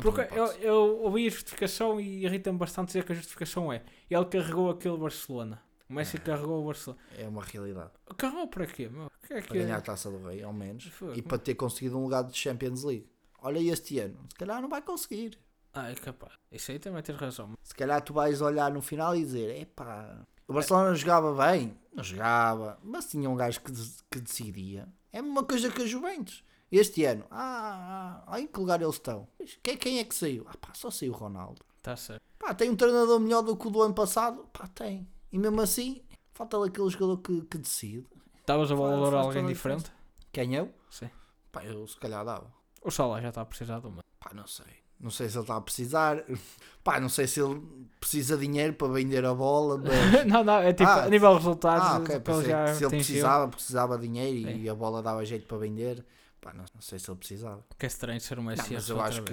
S1: Porque
S2: tem
S1: eu,
S2: hipótese.
S1: eu ouvi a justificação e irrita-me bastante dizer que a justificação é ele carregou aquele Barcelona. O
S2: Ah.
S1: Messi carregou o Barcelona.
S2: É uma realidade.
S1: Carregou para quê, meu? O que é
S2: Para
S1: que...
S2: ganhar a taça do Rei, ao menos.
S1: Foi.
S2: E para ter conseguido um lugar de Champions League. Olha, este ano, se calhar não vai conseguir.
S1: Ah, é capaz. Isso aí também tens razão.
S2: Se calhar tu vais olhar no final e dizer: epá, o Barcelona jogava bem, não jogava, mas tinha um gajo que, de- que decidia. É a mesma coisa que a Juventus. Este ano, ah, ah, ah, em que lugar eles estão? Mas Quem, quem é que saiu? Ah, pá, só saiu o Ronaldo.
S1: Está tá certo.
S2: Pá, tem um treinador melhor do que o do ano passado? Pá, tem. E mesmo assim, falta aquele jogador que, que decide.
S1: Estavas a
S2: Faz-
S1: valorar
S2: faz
S1: alguém
S2: toda a
S1: diferente?
S2: Quem eu?
S1: Sim.
S2: Pá, eu se calhar dava.
S1: O Salah já está a precisar de uma.
S2: Pá, não sei. Não sei se ele está a precisar. Pá, não sei se ele precisa de dinheiro para vender a bola. Mas...
S1: não, não, é tipo,
S2: Ah,
S1: a nível de resultados,
S2: Ah, ok.
S1: ele
S2: pensei
S1: já É.
S2: que se ele
S1: atingiu.
S2: precisava, precisava de dinheiro e a bola dava jeito para vender. Pá, não, não sei se ele precisava.
S1: Que é estranho ser uma
S2: Não, mas eu acho que,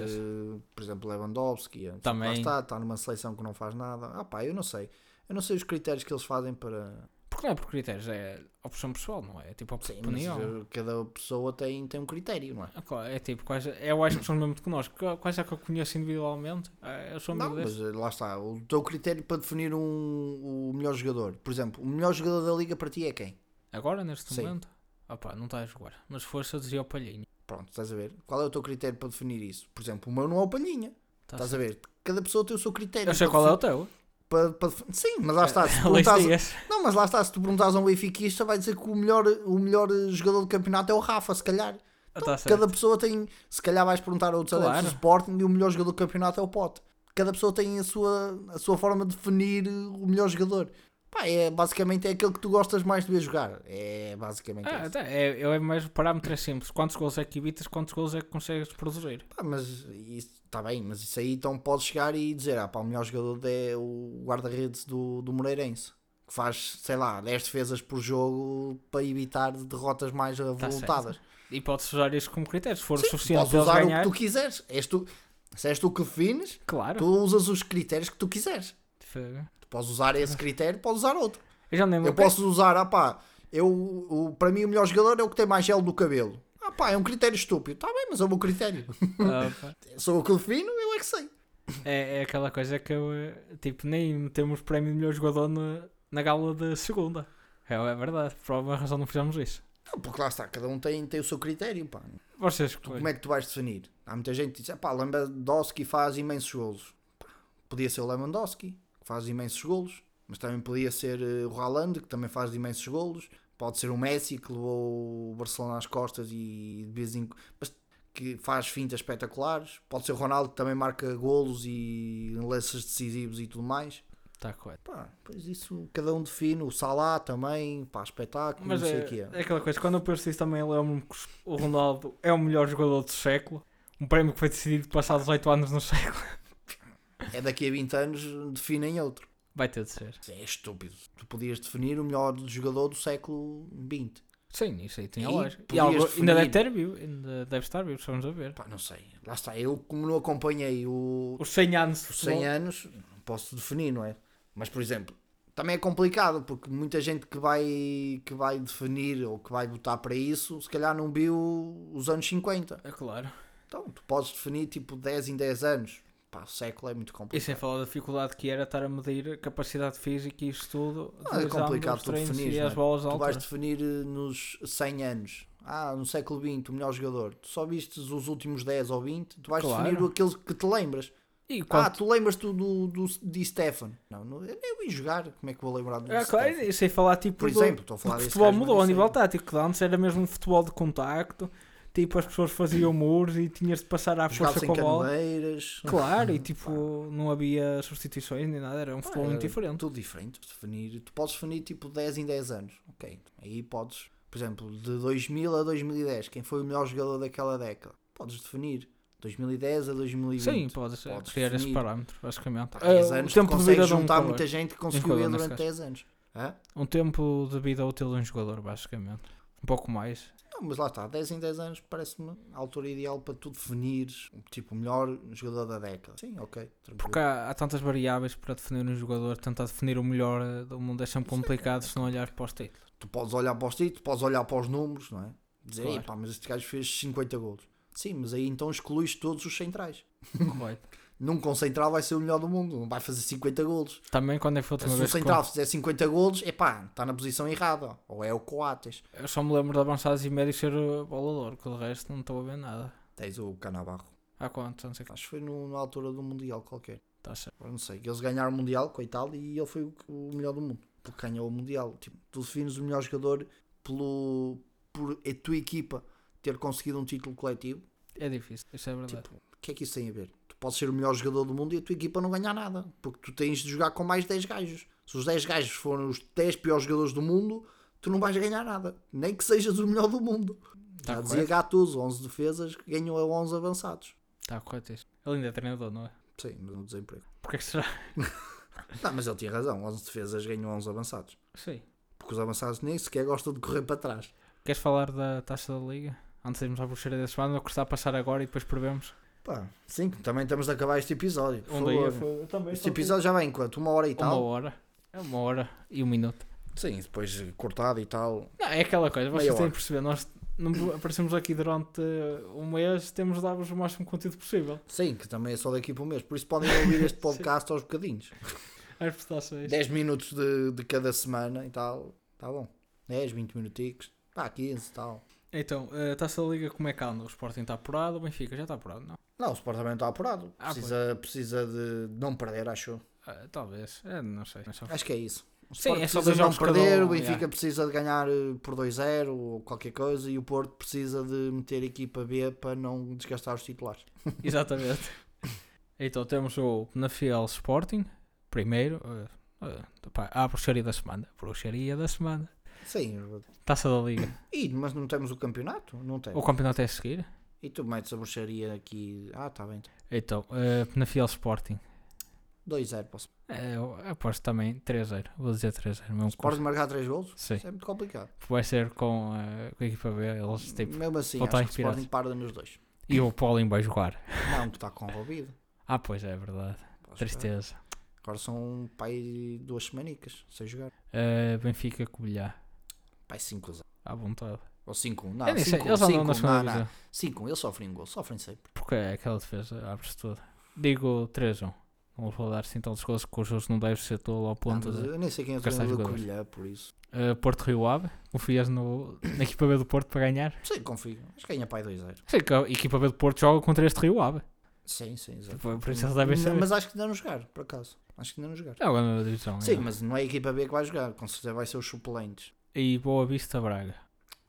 S2: por exemplo, Lewandowski não sei o que lá
S1: Também.
S2: está, está numa seleção que não faz nada. Ah, pá, eu não sei. Eu não sei os critérios que eles fazem para.
S1: Porque não é por critérios, é opção pessoal, não é? É tipo
S2: Sim, mas
S1: opinião.
S2: eh, cada pessoa tem, tem um critério, não é?
S1: Ah, claro, É tipo, quais, eu acho que são os mesmos que nós. Qu- Quais é que eu conheço individualmente? Ah, Eu sou
S2: Não,
S1: amigo
S2: mas
S1: desses.
S2: eh, lá está. O teu critério para definir um, o melhor jogador. Por exemplo, o melhor jogador da liga para ti é quem?
S1: Agora, neste
S2: Sim.
S1: momento, opá, não está a jogar. Mas se fosse, eu dizia ao Palhinho.
S2: Pronto, estás a ver? Qual é o teu critério para definir isso? Por exemplo, o meu não é o Palhinha.
S1: Tá
S2: estás a ver? Cada pessoa tem o seu critério.
S1: Eu sei
S2: para
S1: qual é o teu. é
S2: para- para def- sim, mas lá está. Se tu
S1: Luís
S2: perguntas-
S1: Dias.
S2: não, mas lá está. Se tu perguntas a um benfiquista, vai dizer que o melhor, o melhor eh, jogador do campeonato é o Rafa, se calhar.
S1: Ah, tá certo.
S2: Então, Cada um pessoa tem. Se calhar vais perguntar a outros
S1: Claro.
S2: adeptos do Sporting e o melhor jogador do campeonato é o Pote. Cada pessoa tem a sua, a sua forma de definir eh, o melhor jogador. Pá, é, basicamente é aquele que tu gostas mais de ver jogar. É basicamente
S1: Ah,
S2: isso.
S1: tá, é, é mais o parâmetro é simples. Quantos gols é que evitas, quantos gols é que consegues produzir?
S2: Pá, mas isso está bem, mas isso aí então podes chegar e dizer: ah, pá, o melhor jogador é o guarda-redes do, do Moreirense, que faz, sei lá, 10 defesas por jogo para evitar derrotas mais avultadas.
S1: E podes usar isso como critério. Se for Tá o suficiente
S2: podes
S1: para eles
S2: usar
S1: ganhar,
S2: o que tu quiseres. És tu, se és tu que defines,
S1: claro.
S2: tu usas os critérios que tu quiseres.
S1: Fogo.
S2: Tu podes usar esse critério, podes usar outro.
S1: Eu já nem
S2: Eu
S1: lembro.
S2: posso usar, ah pá, eu, o, para mim o melhor jogador é o que tem mais gel no cabelo. Ah pá, é um critério estúpido. Está bem, mas é o meu critério.
S1: Ah, pá.
S2: Sou eu que defino, eu é que sei.
S1: É, é aquela coisa que eu, eh, tipo, nem metemos o prémio de melhor jogador na, na gala da segunda. É, é verdade, por alguma razão não fizemos isso.
S2: Não, porque lá está, cada um tem, tem o seu critério, pá.
S1: Vocês
S2: Como
S1: escolhem.
S2: é que tu vais definir? Há muita gente que diz, "Ah pá, Lewandowski faz imensos golos. Pá, podia ser o Lewandowski, que faz imensos golos, mas também podia ser eh, o Haaland, que também faz imensos golos. Pode ser o Messi, que levou o Barcelona às costas e de vez em quando... mas que faz fintas espetaculares. Pode ser o Ronaldo, que também marca golos e lances decisivos e tudo mais.
S1: Tá correto.
S2: Pá, pois isso cada um define. O Salah também, pá, espetáculo,
S1: Mas
S2: não sei
S1: é,
S2: o que é.
S1: é aquela coisa, quando eu penso isso também, eu lembro-me que o Ronaldo é o melhor jogador do século. Um prémio que foi decidido passados 8 anos no século.
S2: É daqui a 20 anos, definem outro.
S1: Vai ter de ser.
S2: Isso é estúpido. Tu podias definir o melhor jogador do século XX.
S1: Sim, isso aí tem
S2: E
S1: a lógica. E
S2: podias
S1: algo- ainda
S2: definir.
S1: deve ter view, ainda deve estar view, vamos a ver.
S2: Pá, não sei. Lá está. Eu, como não acompanhei o,
S1: Os 100 anos de
S2: os 100
S1: futebol.
S2: anos, não posso definir, não é? Mas, por exemplo, também é complicado, porque muita gente que vai, que vai definir ou que vai votar para isso, se calhar não viu os anos 50.
S1: É claro.
S2: Então, tu podes definir tipo 10 em 10 anos. Pá, o século é muito
S1: E
S2: complicado.
S1: sem falar da dificuldade que era estar a medir a capacidade física e isso tudo.
S2: Ah, é
S1: dos
S2: complicado
S1: ângulos,
S2: tu
S1: treinos
S2: definires,
S1: E
S2: não é?
S1: as bolas
S2: Tu vais
S1: altas.
S2: definir eh, nos 100 anos. Ah, no século XX, o melhor jogador. Tu só vistes os últimos 10 ou 20. Tu vais
S1: Claro.
S2: definir aqueles que te lembras.
S1: E
S2: Ah,
S1: quanto...
S2: tu lembras-te do, do, de Stefan. Não, não, eu nem ia jogar. Como é que vou lembrar do
S1: Ah,
S2: Di
S1: claro,
S2: Stefano?
S1: e sem falar tipo.
S2: Por
S1: do-
S2: exemplo, estou a falar
S1: porque o
S2: desse
S1: futebol
S2: gajo, mas é um
S1: mudou
S2: não
S1: a
S2: sei.
S1: nível tático, que antes era mesmo um futebol de contacto, tipo as pessoas faziam muros e tinhas de passar à
S2: Jogava
S1: força
S2: sem é? Hum.
S1: com a bola.
S2: caneiras.
S1: Claro, e tipo, não havia substituições nem nada, era um futebol muito
S2: era
S1: diferente.
S2: Tudo diferente. Definir, tu podes definir tipo 10 em 10 anos. Ok. Aí podes, por exemplo, de 2000 a 2010, quem foi o melhor jogador daquela década? Podes definir. 2010 a 2020.
S1: Sim, podes,
S2: Podes
S1: criar esse
S2: definir.
S1: parâmetro, basicamente.
S2: Há
S1: Ah,
S2: 10 anos
S1: o
S2: tu
S1: tempo de vida
S2: consegues
S1: de um
S2: juntar
S1: jogador.
S2: muita gente que conseguiu
S1: jogador,
S2: ver
S1: nesse
S2: durante 10 anos. Hã?
S1: Um tempo de vida útil de um jogador, basicamente. Um pouco mais.
S2: Não, mas lá está, 10 em 10 anos parece-me a altura ideal para tu definires tipo, o melhor jogador da década. Sim, ok. tranquilo.
S1: Porque há, há tantas variáveis para definir um jogador, tentar definir o melhor eh, do mundo é sempre complicado se não olhar para os títulos.
S2: Tu podes olhar para os títulos, podes olhar para os números, não é? Dizer,
S1: Claro.
S2: "Ei, pá, mas este gajo fez 50 gols. Sim, mas aí então excluís todos os centrais.
S1: Correto.
S2: Nunca um central vai ser o melhor do mundo, não vai fazer 50 gols.
S1: Também quando é que foi a
S2: Se
S1: última
S2: o
S1: vez que
S2: central fizer 50 gols, é pá, está na posição errada. Ou é o Coates.
S1: Eu só me lembro de avançados e médios ser o bolador, que o resto não estou a ver nada.
S2: Tens o Canabarro.
S1: Há quanto? Não sei que
S2: Acho que foi no- na altura do Mundial qualquer.
S1: está certo.
S2: Agora não sei, eles ganharam o Mundial com a Itália e ele foi o, o melhor do mundo. Porque ganhou o Mundial. Tipo, tu defines o melhor jogador pelo, por a tua equipa. ter conseguido um título coletivo.
S1: É difícil, isso é verdade.
S2: Tipo, o que é que isso tem a ver? Tu podes ser o melhor jogador do mundo e a tua equipa não ganhar nada, porque tu tens de jogar com mais 10 gajos. Se os 10 gajos forem os 10 piores jogadores do mundo, tu não vais ganhar nada, nem que sejas o melhor do mundo.
S1: Tá
S2: Já
S1: correto.
S2: dizia Gattuso, 11 defesas ganhou a 11 avançados.
S1: Está correto isso. Ele ainda é treinador, não é?
S2: Sim, no desemprego.
S1: Porquê que será?
S2: Não, mas ele tinha razão, 11 defesas ganhou 11 avançados.
S1: Sim.
S2: Porque os avançados nem sequer gostam de correr para trás.
S1: Queres falar da taça da liga? Antes de irmos à bruxeira da semana, o que está a passar agora e depois prevemos.
S2: Pá, sim, também estamos de acabar este episódio. por
S1: Onde aí
S2: favor.
S1: foi- eu também
S2: Este
S1: só tenho
S2: episódio já vai em quanto? Uma hora e
S1: Um Uma
S2: tal?
S1: hora. É uma hora e um minuto.
S2: Sim, depois cortado e tal.
S1: Não, é aquela coisa, vocês
S2: Meia
S1: têm
S2: hora.
S1: de perceber. Nós não aparecemos aqui durante uh, um mês, temos de dar-vos o máximo conteúdo possível.
S2: Sim, que também é só daqui para o mês. Por isso podem ouvir este podcast aos bocadinhos.
S1: As prestações.
S2: 10 minutos de, de cada semana e tal. Tá bom. 10, 20 minuticos. Pá, 15 e tal.
S1: Então, a taça da liga, como é que anda? O Sporting está apurado, o Benfica já está apurado, não?
S2: Não, o Sport também está apurado.
S1: Ah,
S2: Precisa, precisa de não perder, acho. eu.
S1: Ah, talvez, É, não sei. Mas só-
S2: Acho que é isso. O
S1: Sim,
S2: Sport
S1: é só
S2: precisa
S1: dois
S2: de não
S1: jogos cada
S2: perder,
S1: um,
S2: o Benfica
S1: yeah.
S2: precisa de ganhar eh, por 2-0 ou qualquer coisa e o Porto precisa de meter a equipa B para não desgastar os titulares.
S1: Exatamente. então temos o Penafiel Sporting, primeiro. Uh, uh, pá, a bruxaria da semana. Bruxaria da semana.
S2: Sim,
S1: Taça da liga.
S2: e, mas não temos o campeonato? Não temos.
S1: o campeonato é a seguir.
S2: E tu metes a bruxaria aqui. Ah, tá bem.
S1: Então, uh, Penafiel Sporting.
S2: 2-0 para o Sport.
S1: Eh, Eu aposto também 3-0. Vou dizer 3-0. Mesmo
S2: Sport
S1: curso.
S2: marcar 3 golos?
S1: Sim.
S2: Isso é muito complicado.
S1: Vai ser com, eh, com a equipa B. Eles, tipo,
S2: Mesmo assim,
S1: Ou tá
S2: acho que o
S1: inspirado.
S2: Sporting parda nos dois.
S1: e o Paulinho vai jogar.
S2: Não, que tá está corrompido.
S1: Ah, pois é, é verdade. Tristeza.
S2: Agora são pai duas semanicas sem jogar.
S1: Eh, Benfica Cobilhá.
S2: Pai 5 0
S1: À vontade.
S2: Ou 5 1 Não,
S1: Eu nem sei,
S2: 5 1
S1: Eles andam na
S2: 5
S1: segunda
S2: um, não, não.
S1: divisão.
S2: 5 1 Eles sofrem um gol, sofrem sempre.
S1: Porque é aquela defesa abre-se tudo. Digo 3-1. Não vou dar assim tantos gols que o jogo não deve ser tolo ao
S2: Não,
S1: ponto
S2: mas
S1: de.
S2: eu nem sei quem é o
S1: Gastar
S2: treinador do
S1: jogadores.
S2: Covilhã, por isso.
S1: Eh, Porto Rio Ave. Confias no, na equipa B do Porto para ganhar?
S2: Sim, confio. Acho que ganha pai 2 0
S1: Sei que a equipa B do Porto joga contra este Rio Ave.
S2: Sim, sim, exato.
S1: Por por isso eles devem
S2: Não,
S1: saber.
S2: Mas acho que ainda não jogar, por acaso. Acho que ainda não jogar.
S1: Não, é a mesma divisão.
S2: Sim,
S1: é.
S2: mas não é a equipa B que vai jogar. Com certeza vai ser os suplentes.
S1: E Boa Vista Braga.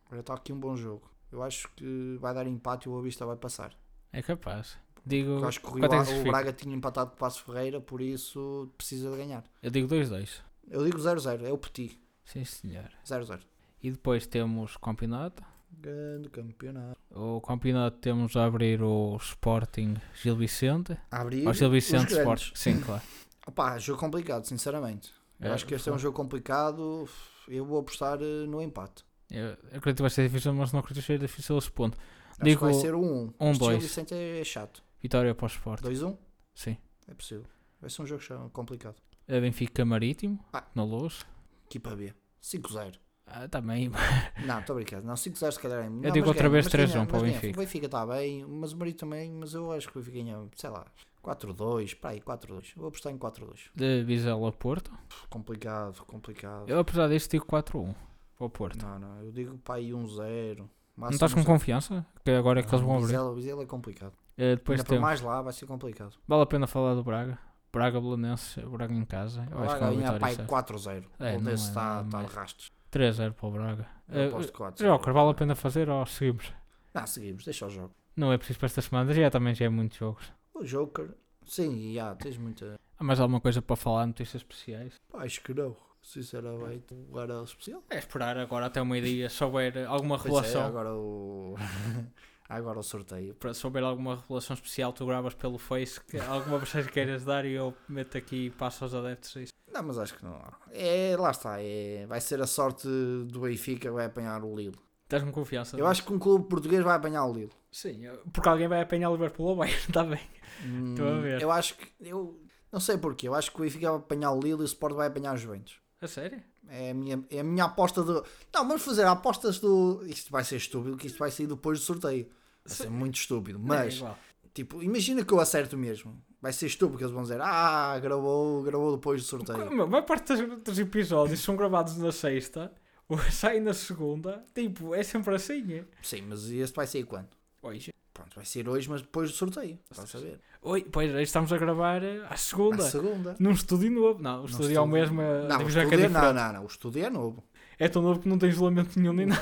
S2: Agora está aqui um bom jogo. Eu acho que vai dar empate e o Boa Vista vai passar.
S1: É capaz. Digo,
S2: Eu acho que o, Rio
S1: quanto é que
S2: Ave-
S1: se
S2: o
S1: fica?
S2: Braga tinha empatado com o Passo Ferreira, por isso precisa de ganhar.
S1: Eu digo 2-2.
S2: Eu digo 0-0, é o Petit.
S1: Sim, senhor.
S2: 0-0.
S1: E depois temos campeonato.
S2: Grande campeonato.
S1: O campeonato temos a abrir o Sporting Gil Vicente.
S2: Abrir.
S1: Ou Gil Vicente
S2: grandes.
S1: Sporting. Sim, claro.
S2: Opá, jogo complicado, sinceramente. Eu
S1: É,
S2: acho que este é um jogo complicado. Eu vou apostar eh, no empate.
S1: Eu acredito que vai ser difícil, mas não acredito que seja difícil esse ponto.
S2: Acho
S1: Digo
S2: que vai ser um 1.
S1: um,
S2: este Gil
S1: dois.
S2: Vicente é, é chato.
S1: Vitória para o Sporting.
S2: 2-1?
S1: Sim.
S2: É possível. Vai ser um jogo chá- complicado.
S1: A Benfica Marítimo,
S2: Ah.
S1: na Luz.
S2: Equipa B. 5-0.
S1: Ah, também.
S2: Não, estou brincando. Não, 5-0 se calhar é melhor.
S1: digo
S2: mas
S1: outra
S2: ganha,
S1: vez
S2: mas ganha,
S1: 3-1
S2: mas
S1: para o
S2: ganha.
S1: Benfica.
S2: O Benfica está bem, mas o Marido também, mas eu acho que o Benfica ganha, sei lá, 4-2, para aí, 4-2. Eu Vou apostar em 4-2.
S1: De Vizela a Porto.
S2: Pff, Complicado, complicado.
S1: Eu, apesar disto, digo 4-1 para o Porto.
S2: Não, não, eu digo para aí 1-0.
S1: Não estás com confiança? Que agora é que eles vão abrir.
S2: Vizela, Vizela é complicado.
S1: Eh, depois
S2: Ainda para
S1: temos.
S2: mais lá vai ser complicado.
S1: Vale a pena falar do Braga. Braga Belenenses, Braga em casa. Eu acho
S2: Vai
S1: que é uma
S2: ganhar
S1: vitória.
S2: para aí
S1: certa.
S2: 4-0.
S1: É,
S2: O
S1: não
S2: Desse
S1: é
S2: está
S1: nada
S2: está de
S1: mais.
S2: rastos.
S1: 3-0 para o Braga.
S2: Eu
S1: Eh,
S2: aposto 4
S1: Joker, vale a pena fazer ou seguimos?
S2: Não, Ah, seguimos, deixa o jogo.
S1: Não é preciso para esta semana, já também já é muitos jogos.
S2: O Joker, sim, já, tens muita...
S1: Há mais alguma coisa para falar, notícias especiais?
S2: Pá, Acho que não, sinceramente, não era o especial.
S1: É esperar agora até uma ideia, se houver alguma
S2: Pois é,
S1: revelação.
S2: agora o. agora o sorteio.
S1: para- se houver alguma revelação especial, tu gravas pelo Face, que alguma mensagem queiras dar e eu meto aqui e passo aos adeptos isso.
S2: Não, mas acho que não. há. É, lá está. É, vai ser a sorte do Benfica que vai apanhar o Lille.
S1: Estás-me confiança? é?
S2: Eu acho que um clube português vai apanhar o Lille.
S1: Sim, eu- porque alguém vai apanhar o Liverpool ou Bayern, está bem.
S2: Hum,
S1: Estou a ver.
S2: Eu acho que. Eu não sei porquê. Eu acho que o Benfica vai apanhar o Lille e o Sport vai apanhar os Juventus.
S1: A sério?
S2: É a minha, é a minha aposta do. Não, vamos fazer apostas do. Isto vai ser estúpido, que isto vai sair depois do sorteio. Vai ser muito estúpido.
S1: É
S2: Mas,
S1: igual.
S2: tipo, imagina que eu acerto mesmo. Vai ser estúpido que eles vão dizer: Ah, gravou, gravou depois do sorteio.
S1: é Meu, A maior parte dos, dos episódios são gravados na sexta, ou saem na segunda, tipo, é sempre assim, é?
S2: Sim, mas este vai sair quando?
S1: Hoje.
S2: Pronto, vai sair hoje, mas depois do sorteio. Estás a saber?
S1: Oi, pois hoje estamos a gravar eh, à
S2: À
S1: segunda.
S2: segunda.
S1: Num estúdio novo. Não, o estúdio é o mesmo. a
S2: Não, o
S1: divisão
S2: estúdio
S1: que é
S2: é- não,
S1: diferente.
S2: não, não, o estúdio é novo.
S1: É tão novo que não tem isolamento nenhum nem nada.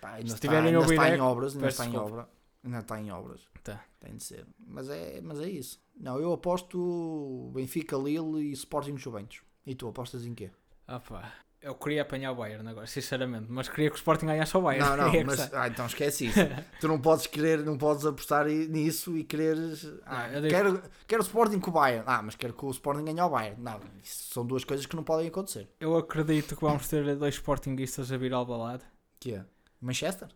S2: Pá, ainda
S1: Se
S2: está,
S1: tiverem
S2: ainda
S1: a ouvir
S2: está em
S1: eco,
S2: obras, ainda
S1: peço
S2: está em
S1: desculpa.
S2: obra. Ainda está em obras.
S1: Tá.
S2: Tem de ser. Mas é, mas é isso. Não, eu aposto Benfica, Lille e Sporting Juventus. E tu apostas em quê?
S1: Ah, pá. Eu queria apanhar o Bayern agora, sinceramente, mas queria que o Sporting ganhasse ao Bayern.
S2: não, não,
S1: Queria é que
S2: mas
S1: sa-
S2: ah, então esquece isso. tu não podes querer, não podes apostar i- nisso e quereres. Ah,
S1: Não, eu digo-
S2: quero, quero o Sporting com o Bayern. Ah, mas quero que o Sporting ganhe ao Bayern. Não, isso são duas coisas que não podem acontecer.
S1: Eu acredito que vamos ter dois Sportingistas a vir ao balado.
S2: Que é? Manchester?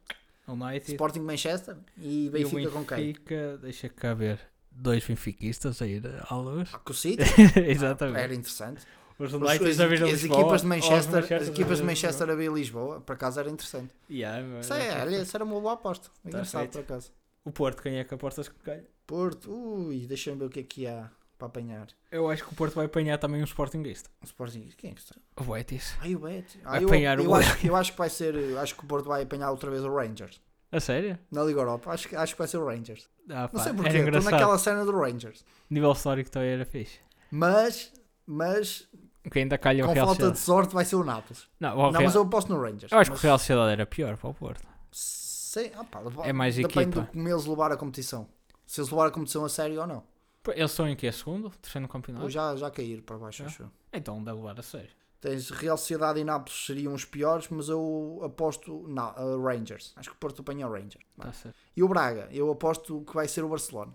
S1: United.
S2: Sporting Manchester e
S1: e o
S2: Benfica com quem?
S1: Benfica, deixa cá ver. Dois benfiquistas a ir à luz.
S2: Ah, com o City? Era
S1: Exatamente.
S2: interessante.
S1: Os
S2: As,
S1: Uniteds a vir a
S2: as
S1: Lisboa,
S2: equipas de
S1: ou os
S2: Manchester, as
S1: a
S2: equipas de
S1: vir a
S2: Manchester a ver Lisboa, por acaso era interessante.
S1: Lisboa. Yeah, mas-
S2: Isso, é, olha, isso era uma boa aposta. Engraçado,
S1: Tá feito.
S2: por acaso.
S1: O Porto, quem é que apostas que ganha?
S2: Porto, ui, deixa-me ver o que é que há para apanhar.
S1: Eu acho que o Porto vai apanhar também um Sportingista.
S2: O Sporting, quem é que está?
S1: O Betis.
S2: Ai, o Betis. Ah,
S1: Vai
S2: eu,
S1: apanhar um
S2: eu
S1: o-
S2: acho, eu acho que vai ser. Acho que o Porto vai apanhar outra vez o Rangers.
S1: A sério?
S2: Na Liga Europa, acho, que- acho que vai ser o Rangers.
S1: Ah,
S2: Não
S1: pá,
S2: sei
S1: Era
S2: porquê, estou
S1: engraçado.
S2: naquela cena do Rangers.
S1: Nível histórico também era fixe.
S2: Mas, mas
S1: Que ainda calha o
S2: com
S1: Real
S2: falta
S1: Sociedade.
S2: de sorte vai ser o Nápoles.
S1: Não, o
S2: Não,
S1: Real-
S2: mas eu aposto no Rangers.
S1: eu acho
S2: Mas
S1: que o Real Sociedade era pior para o Porto.
S2: sei- ah pá,
S1: É mais
S2: depende
S1: equipa.
S2: do como eles levar a competição. Se eles levar a competição a sério ou não.
S1: Pô, Eles estão em que? Segundo? Terceiro no campeonato?
S2: Ou já, já cair para baixo,
S1: é? Já?
S2: acho eu.
S1: Então deve levar a sério.
S2: Tens Real Sociedade e Nápoles seriam os piores, mas eu aposto na, a Rangers. Acho que o Porto apanha o Rangers.
S1: Tá certo.
S2: E o Braga? Eu aposto que vai ser o Barcelona.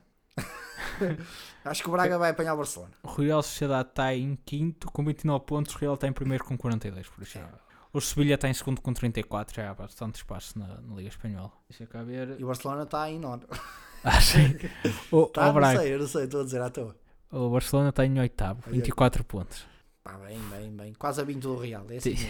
S2: Acho que o Braga vai apanhar o Barcelona.
S1: O Real Sociedade está em quinto com 29 pontos. O Real está em primeiro com 42. Por isso já- O Sevilha está em segundo com 34. Já há bastante espaço na, na Liga Espanhola. Deixa cá ver.
S2: E o Barcelona está em nono.
S1: Ah, sim. O,
S2: Tá,
S1: o
S2: não
S1: Braga.
S2: sei, eu não sei, estou a dizer à toa.
S1: O Barcelona está em oitavo,
S2: Olha.
S1: 24 pontos.
S2: Pá, bem, bem, bem. Quase a 20 do Real. É
S1: Sim.
S2: assim.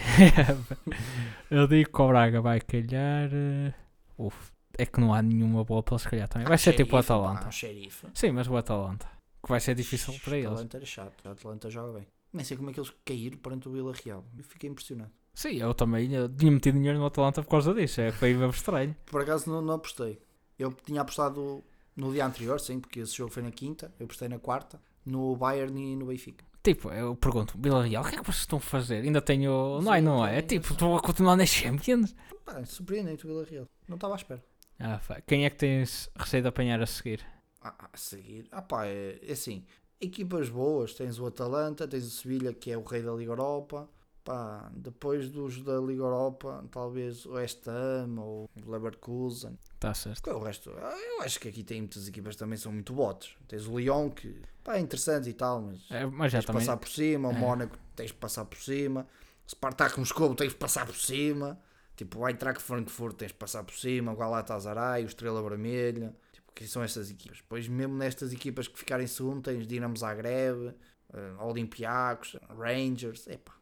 S1: Eu digo que o Braga vai calhar. eh, Uf, é que não há nenhuma boa para eles calhar também. Vai ser tipo o
S2: Xerife, Ah, pá,
S1: Atalanta.
S2: Um xerife.
S1: Sim, mas o Atalanta. Que vai ser difícil para
S2: O
S1: eles.
S2: Atalanta era chato. O Atalanta joga bem. Nem sei como é que eles caíram perante o Vila Real. Eu fiquei impressionado.
S1: Sim, eu também eu tinha metido dinheiro no Atalanta por causa disso. É, foi mesmo estranho.
S2: Por acaso não, não apostei. Eu tinha apostado no dia anterior, sim, porque esse jogo foi na quinta. Eu apostei na quarta. No Bayern e no Benfica.
S1: Tipo, eu pergunto, Vila Real, o que é que vocês estão a fazer? Ainda tenho. Não
S2: Sim,
S1: é, não
S2: sim,
S1: é? É
S2: sim.
S1: tipo, estou a continuar na Champions.
S2: Pá, surpreendente o Vila Real. Não estava à espera.
S1: Ah, pá, Quem é que tens receio de apanhar a seguir?
S2: Ah, a seguir. Ah, pá, é, é assim. Equipas boas, tens o Atalanta, tens o Sevilha, que é o rei da Liga Europa. Pá, depois dos da Liga Europa, talvez o West Ham ou o Leverkusen.
S1: Tá certo.
S2: Qual é o resto? Ah, Eu acho que aqui tem muitas equipas que também são muito botes. Tens o Lyon, que pá, é interessante e tal, mas
S1: É, mas já
S2: tens de
S1: também.
S2: passar por cima. O
S1: É.
S2: Mónaco, tens de passar por cima. O Spartak Moscou, tens de passar por cima. Tipo, o Eintracht Frankfurt, tens de passar por cima. O Galatasaray, o Estrela Vermelha. Tipo, que são estas equipas? Pois mesmo nestas equipas que ficarem em segundo, tens Dinamo Zagreb, eh, Olympiacos, Rangers. Epá,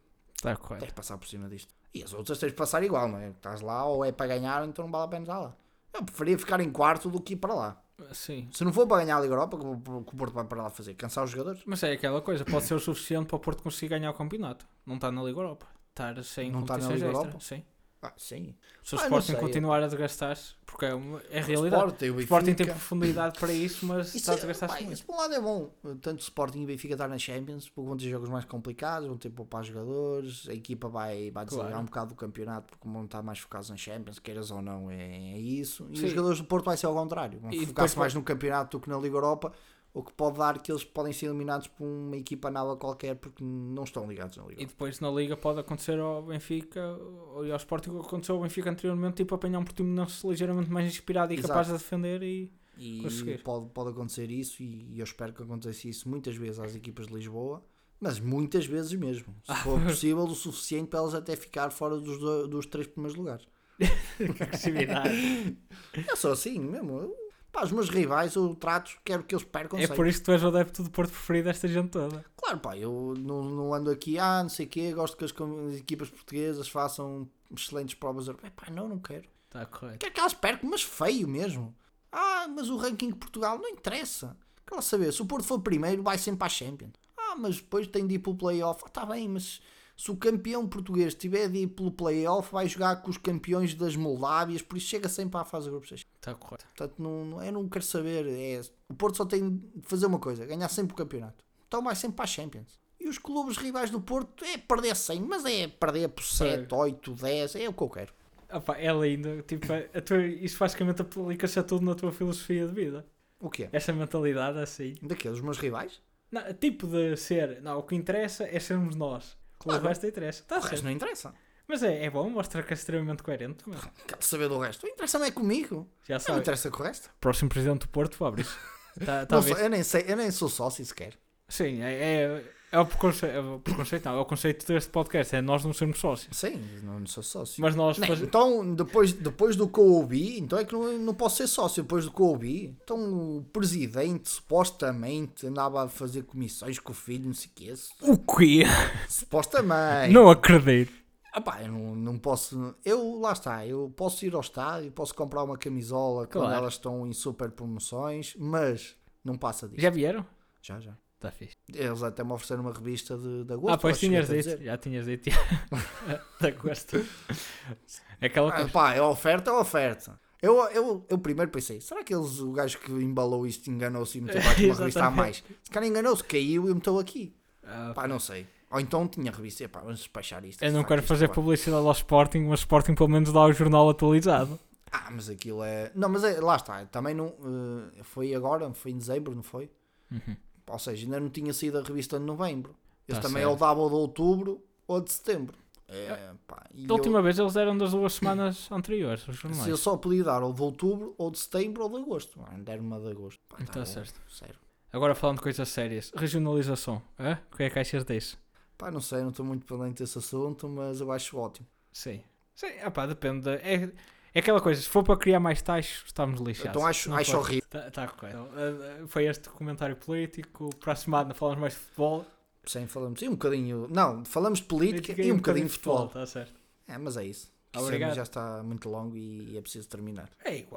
S1: Tá correto.
S2: tens de passar por cima disto. E as outras tens de passar igual, não é? Estás lá ou é para ganhar, então não vale a pena estar lá. Eu preferia ficar em quarto do que ir para lá.
S1: Sim.
S2: Se não for para ganhar a Liga Europa, que o que o Porto vai para lá fazer? Cansar os jogadores?
S1: Mas é aquela coisa, pode ser o suficiente para o Porto conseguir ganhar o campeonato. Não está na Liga Europa. Estar sem
S2: Não está na
S1: competições
S2: Liga
S1: extra.
S2: Europa?
S1: Sim.
S2: Ah, sim.
S1: Se o
S2: Ah, não
S1: Sporting
S2: sei.
S1: continuar a desgastar-se, porque é, uma, é
S2: O
S1: realidade. O
S2: Sporting, o
S1: Sporting tem
S2: Benfica.
S1: profundidade para isso, mas
S2: Isso
S1: está a
S2: é-
S1: desgastar-se
S2: bem,
S1: muito.
S2: isso por um lado é bom. Tanto o Sporting e o Benfica estar na Champions, porque vão ter jogos mais complicados, vão ter que poupar jogadores, a equipa vai, vai desligar
S1: Claro.
S2: um bocado do campeonato, porque vão estar mais focados na Champions, queiras ou não, é, é isso. E
S1: Sim.
S2: os jogadores do Porto vai ser ao contrário. Vão
S1: E depois
S2: focar-se
S1: vão-
S2: mais no campeonato do que na Liga Europa, o que pode dar que eles podem ser eliminados por uma equipa nada qualquer, porque não estão ligados na Liga
S1: E
S2: Europa.
S1: depois na Liga pode acontecer ao Benfica ou ao Sporting o que aconteceu ao Benfica anteriormente, tipo apanhar um Portimonense ligeiramente mais inspirado e
S2: Exato.
S1: capaz de defender e...
S2: E
S1: conseguir.
S2: pode, pode acontecer isso, e, e eu espero que aconteça isso muitas vezes às equipas de Lisboa, mas muitas vezes mesmo. Se for possível, o suficiente para elas até ficar fora dos, do- dos três primeiros lugares. É só assim mesmo. Eu- pá, os meus rivais, eu trato, quero que eles percam.
S1: é
S2: sempre.
S1: por isso que tu és o adepto do Porto preferido desta gente toda.
S2: Claro, pá, eu não, não ando aqui, ah, não sei o quê, gosto que as com- as equipas portuguesas façam excelentes provas. europeias. Pá, não, não quero.
S1: Está Tá correto.
S2: Quer é que elas percam, mas feio mesmo. Ah, mas o ranking de Portugal não interessa. Quero saber, se o Porto for primeiro, vai sempre para a Champions. Ah, mas depois tem de ir pelo playoff. Está bem, mas se o campeão português tiver de ir pelo playoff, vai jogar com os campeões das Moldávias, por isso chega sempre à fase de grupos.
S1: Está tá correto.
S2: Portanto, não, não- eu não quero saber. É, o Porto só tem de fazer uma coisa: ganhar sempre o campeonato. Então vai sempre para a Champions. E os clubes rivais do Porto é perder 100, mas é perder por 7, 8, 10, é o que eu quero.
S1: Opa, é lindo. Tipo, a tua, isto basicamente aplica-se a tudo na tua filosofia de vida.
S2: O quê?
S1: Essa mentalidade assim.
S2: Daqueles meus rivais?
S1: Não, tipo de ser. Não, o que interessa é sermos nós.
S2: Claro.
S1: O resto interessa. Tá
S2: o resto
S1: certo.
S2: não interessa.
S1: Mas é, é bom, mostra que é extremamente coerente. mas
S2: Quero saber do resto. Interessa-me é comigo.
S1: Já
S2: Não
S1: sabe.
S2: interessa com o resto.
S1: Próximo presidente do Porto, Fabrício. tá, tá
S2: Não
S1: a ver?
S2: sou- eu nem sei, eu nem sou sócio sequer.
S1: Sim, é, é, é o preconceito. É o preconceito, não. É o conceito deste podcast. É nós não sermos sócios.
S2: Sim, não sou sócio.
S1: Mas nós.
S2: Nem,
S1: faz-
S2: então, depois, depois do que eu ouvi, então é que não, não posso ser sócio. Depois do que eu ouvi, então o presidente supostamente andava a fazer comissões com o filho, não sei o que.
S1: O quê?
S2: Supostamente.
S1: Não acredito.
S2: Ah pá, eu não, não posso. Eu, lá está, eu posso ir ao estádio, posso comprar uma camisola quando
S1: Claro.
S2: elas estão em super promoções, mas não passa disso.
S1: Já vieram?
S2: Já, já.
S1: Está fixe.
S2: Eles até me ofereceram uma revista de, de agosto.
S1: Ah, pois
S2: acho que
S1: tinhas
S2: eu ia
S1: dito.
S2: dizer.
S1: Já tinhas dito. da gosto. Aquela
S2: Ah,
S1: coisa.
S2: pá, é oferta, é oferta. Eu, eu, eu primeiro pensei, será que eles, o gajo que embalou isto enganou-se e meteu aqui uma revista a mais? Se calhar enganou-se, caiu e meteu aqui.
S1: Ah,
S2: Pá, não sei. Ou então tinha revista, e pá, vamos despachar isto.
S1: Eu não
S2: saca
S1: quero
S2: ah, isto, é
S1: fazer
S2: pá.
S1: publicidade ao Sporting, mas o Sporting pelo menos dá o jornal atualizado.
S2: Ah, mas aquilo é. Não, mas é- lá está. Também não. eh, foi agora, foi em dezembro, não foi? Ou seja, ainda não tinha saído a revista de novembro. Eles
S1: Tá
S2: também
S1: certo. Ah,
S2: ou davam ou de outubro ou de setembro. É, pá, e
S1: Da
S2: eu,
S1: última vez eles eram das duas semanas anteriores, os
S2: se eu
S1: jornais.
S2: só podia dar ou de outubro ou de setembro ou de agosto. Ah, deram uma de agosto. Pá, tá
S1: Está
S2: bom,
S1: Então, certo.
S2: Sério.
S1: Agora falando de coisas sérias, regionalização. Hã? O que é que achas disso?
S2: Pá, não sei, não estou muito pendente desse assunto, mas eu acho ótimo.
S1: Sim. Sim, ah pá, depende. da- É, é aquela coisa, se for para criar mais taxas, estamos lixados.
S2: então acho,
S1: Não
S2: acho
S1: pode.
S2: horrível.
S1: Tá, tá correto. Então, ah, ah, foi este comentário político. Para a semana falamos mais de futebol.
S2: Sem falamos. E um bocadinho. Não, falamos de política, e um, bocadinho de futebol.
S1: Está Tá certo.
S2: É, mas é isso.
S1: Obrigado.
S2: Obrigado. já está muito longo e e é preciso terminar.
S1: É igual.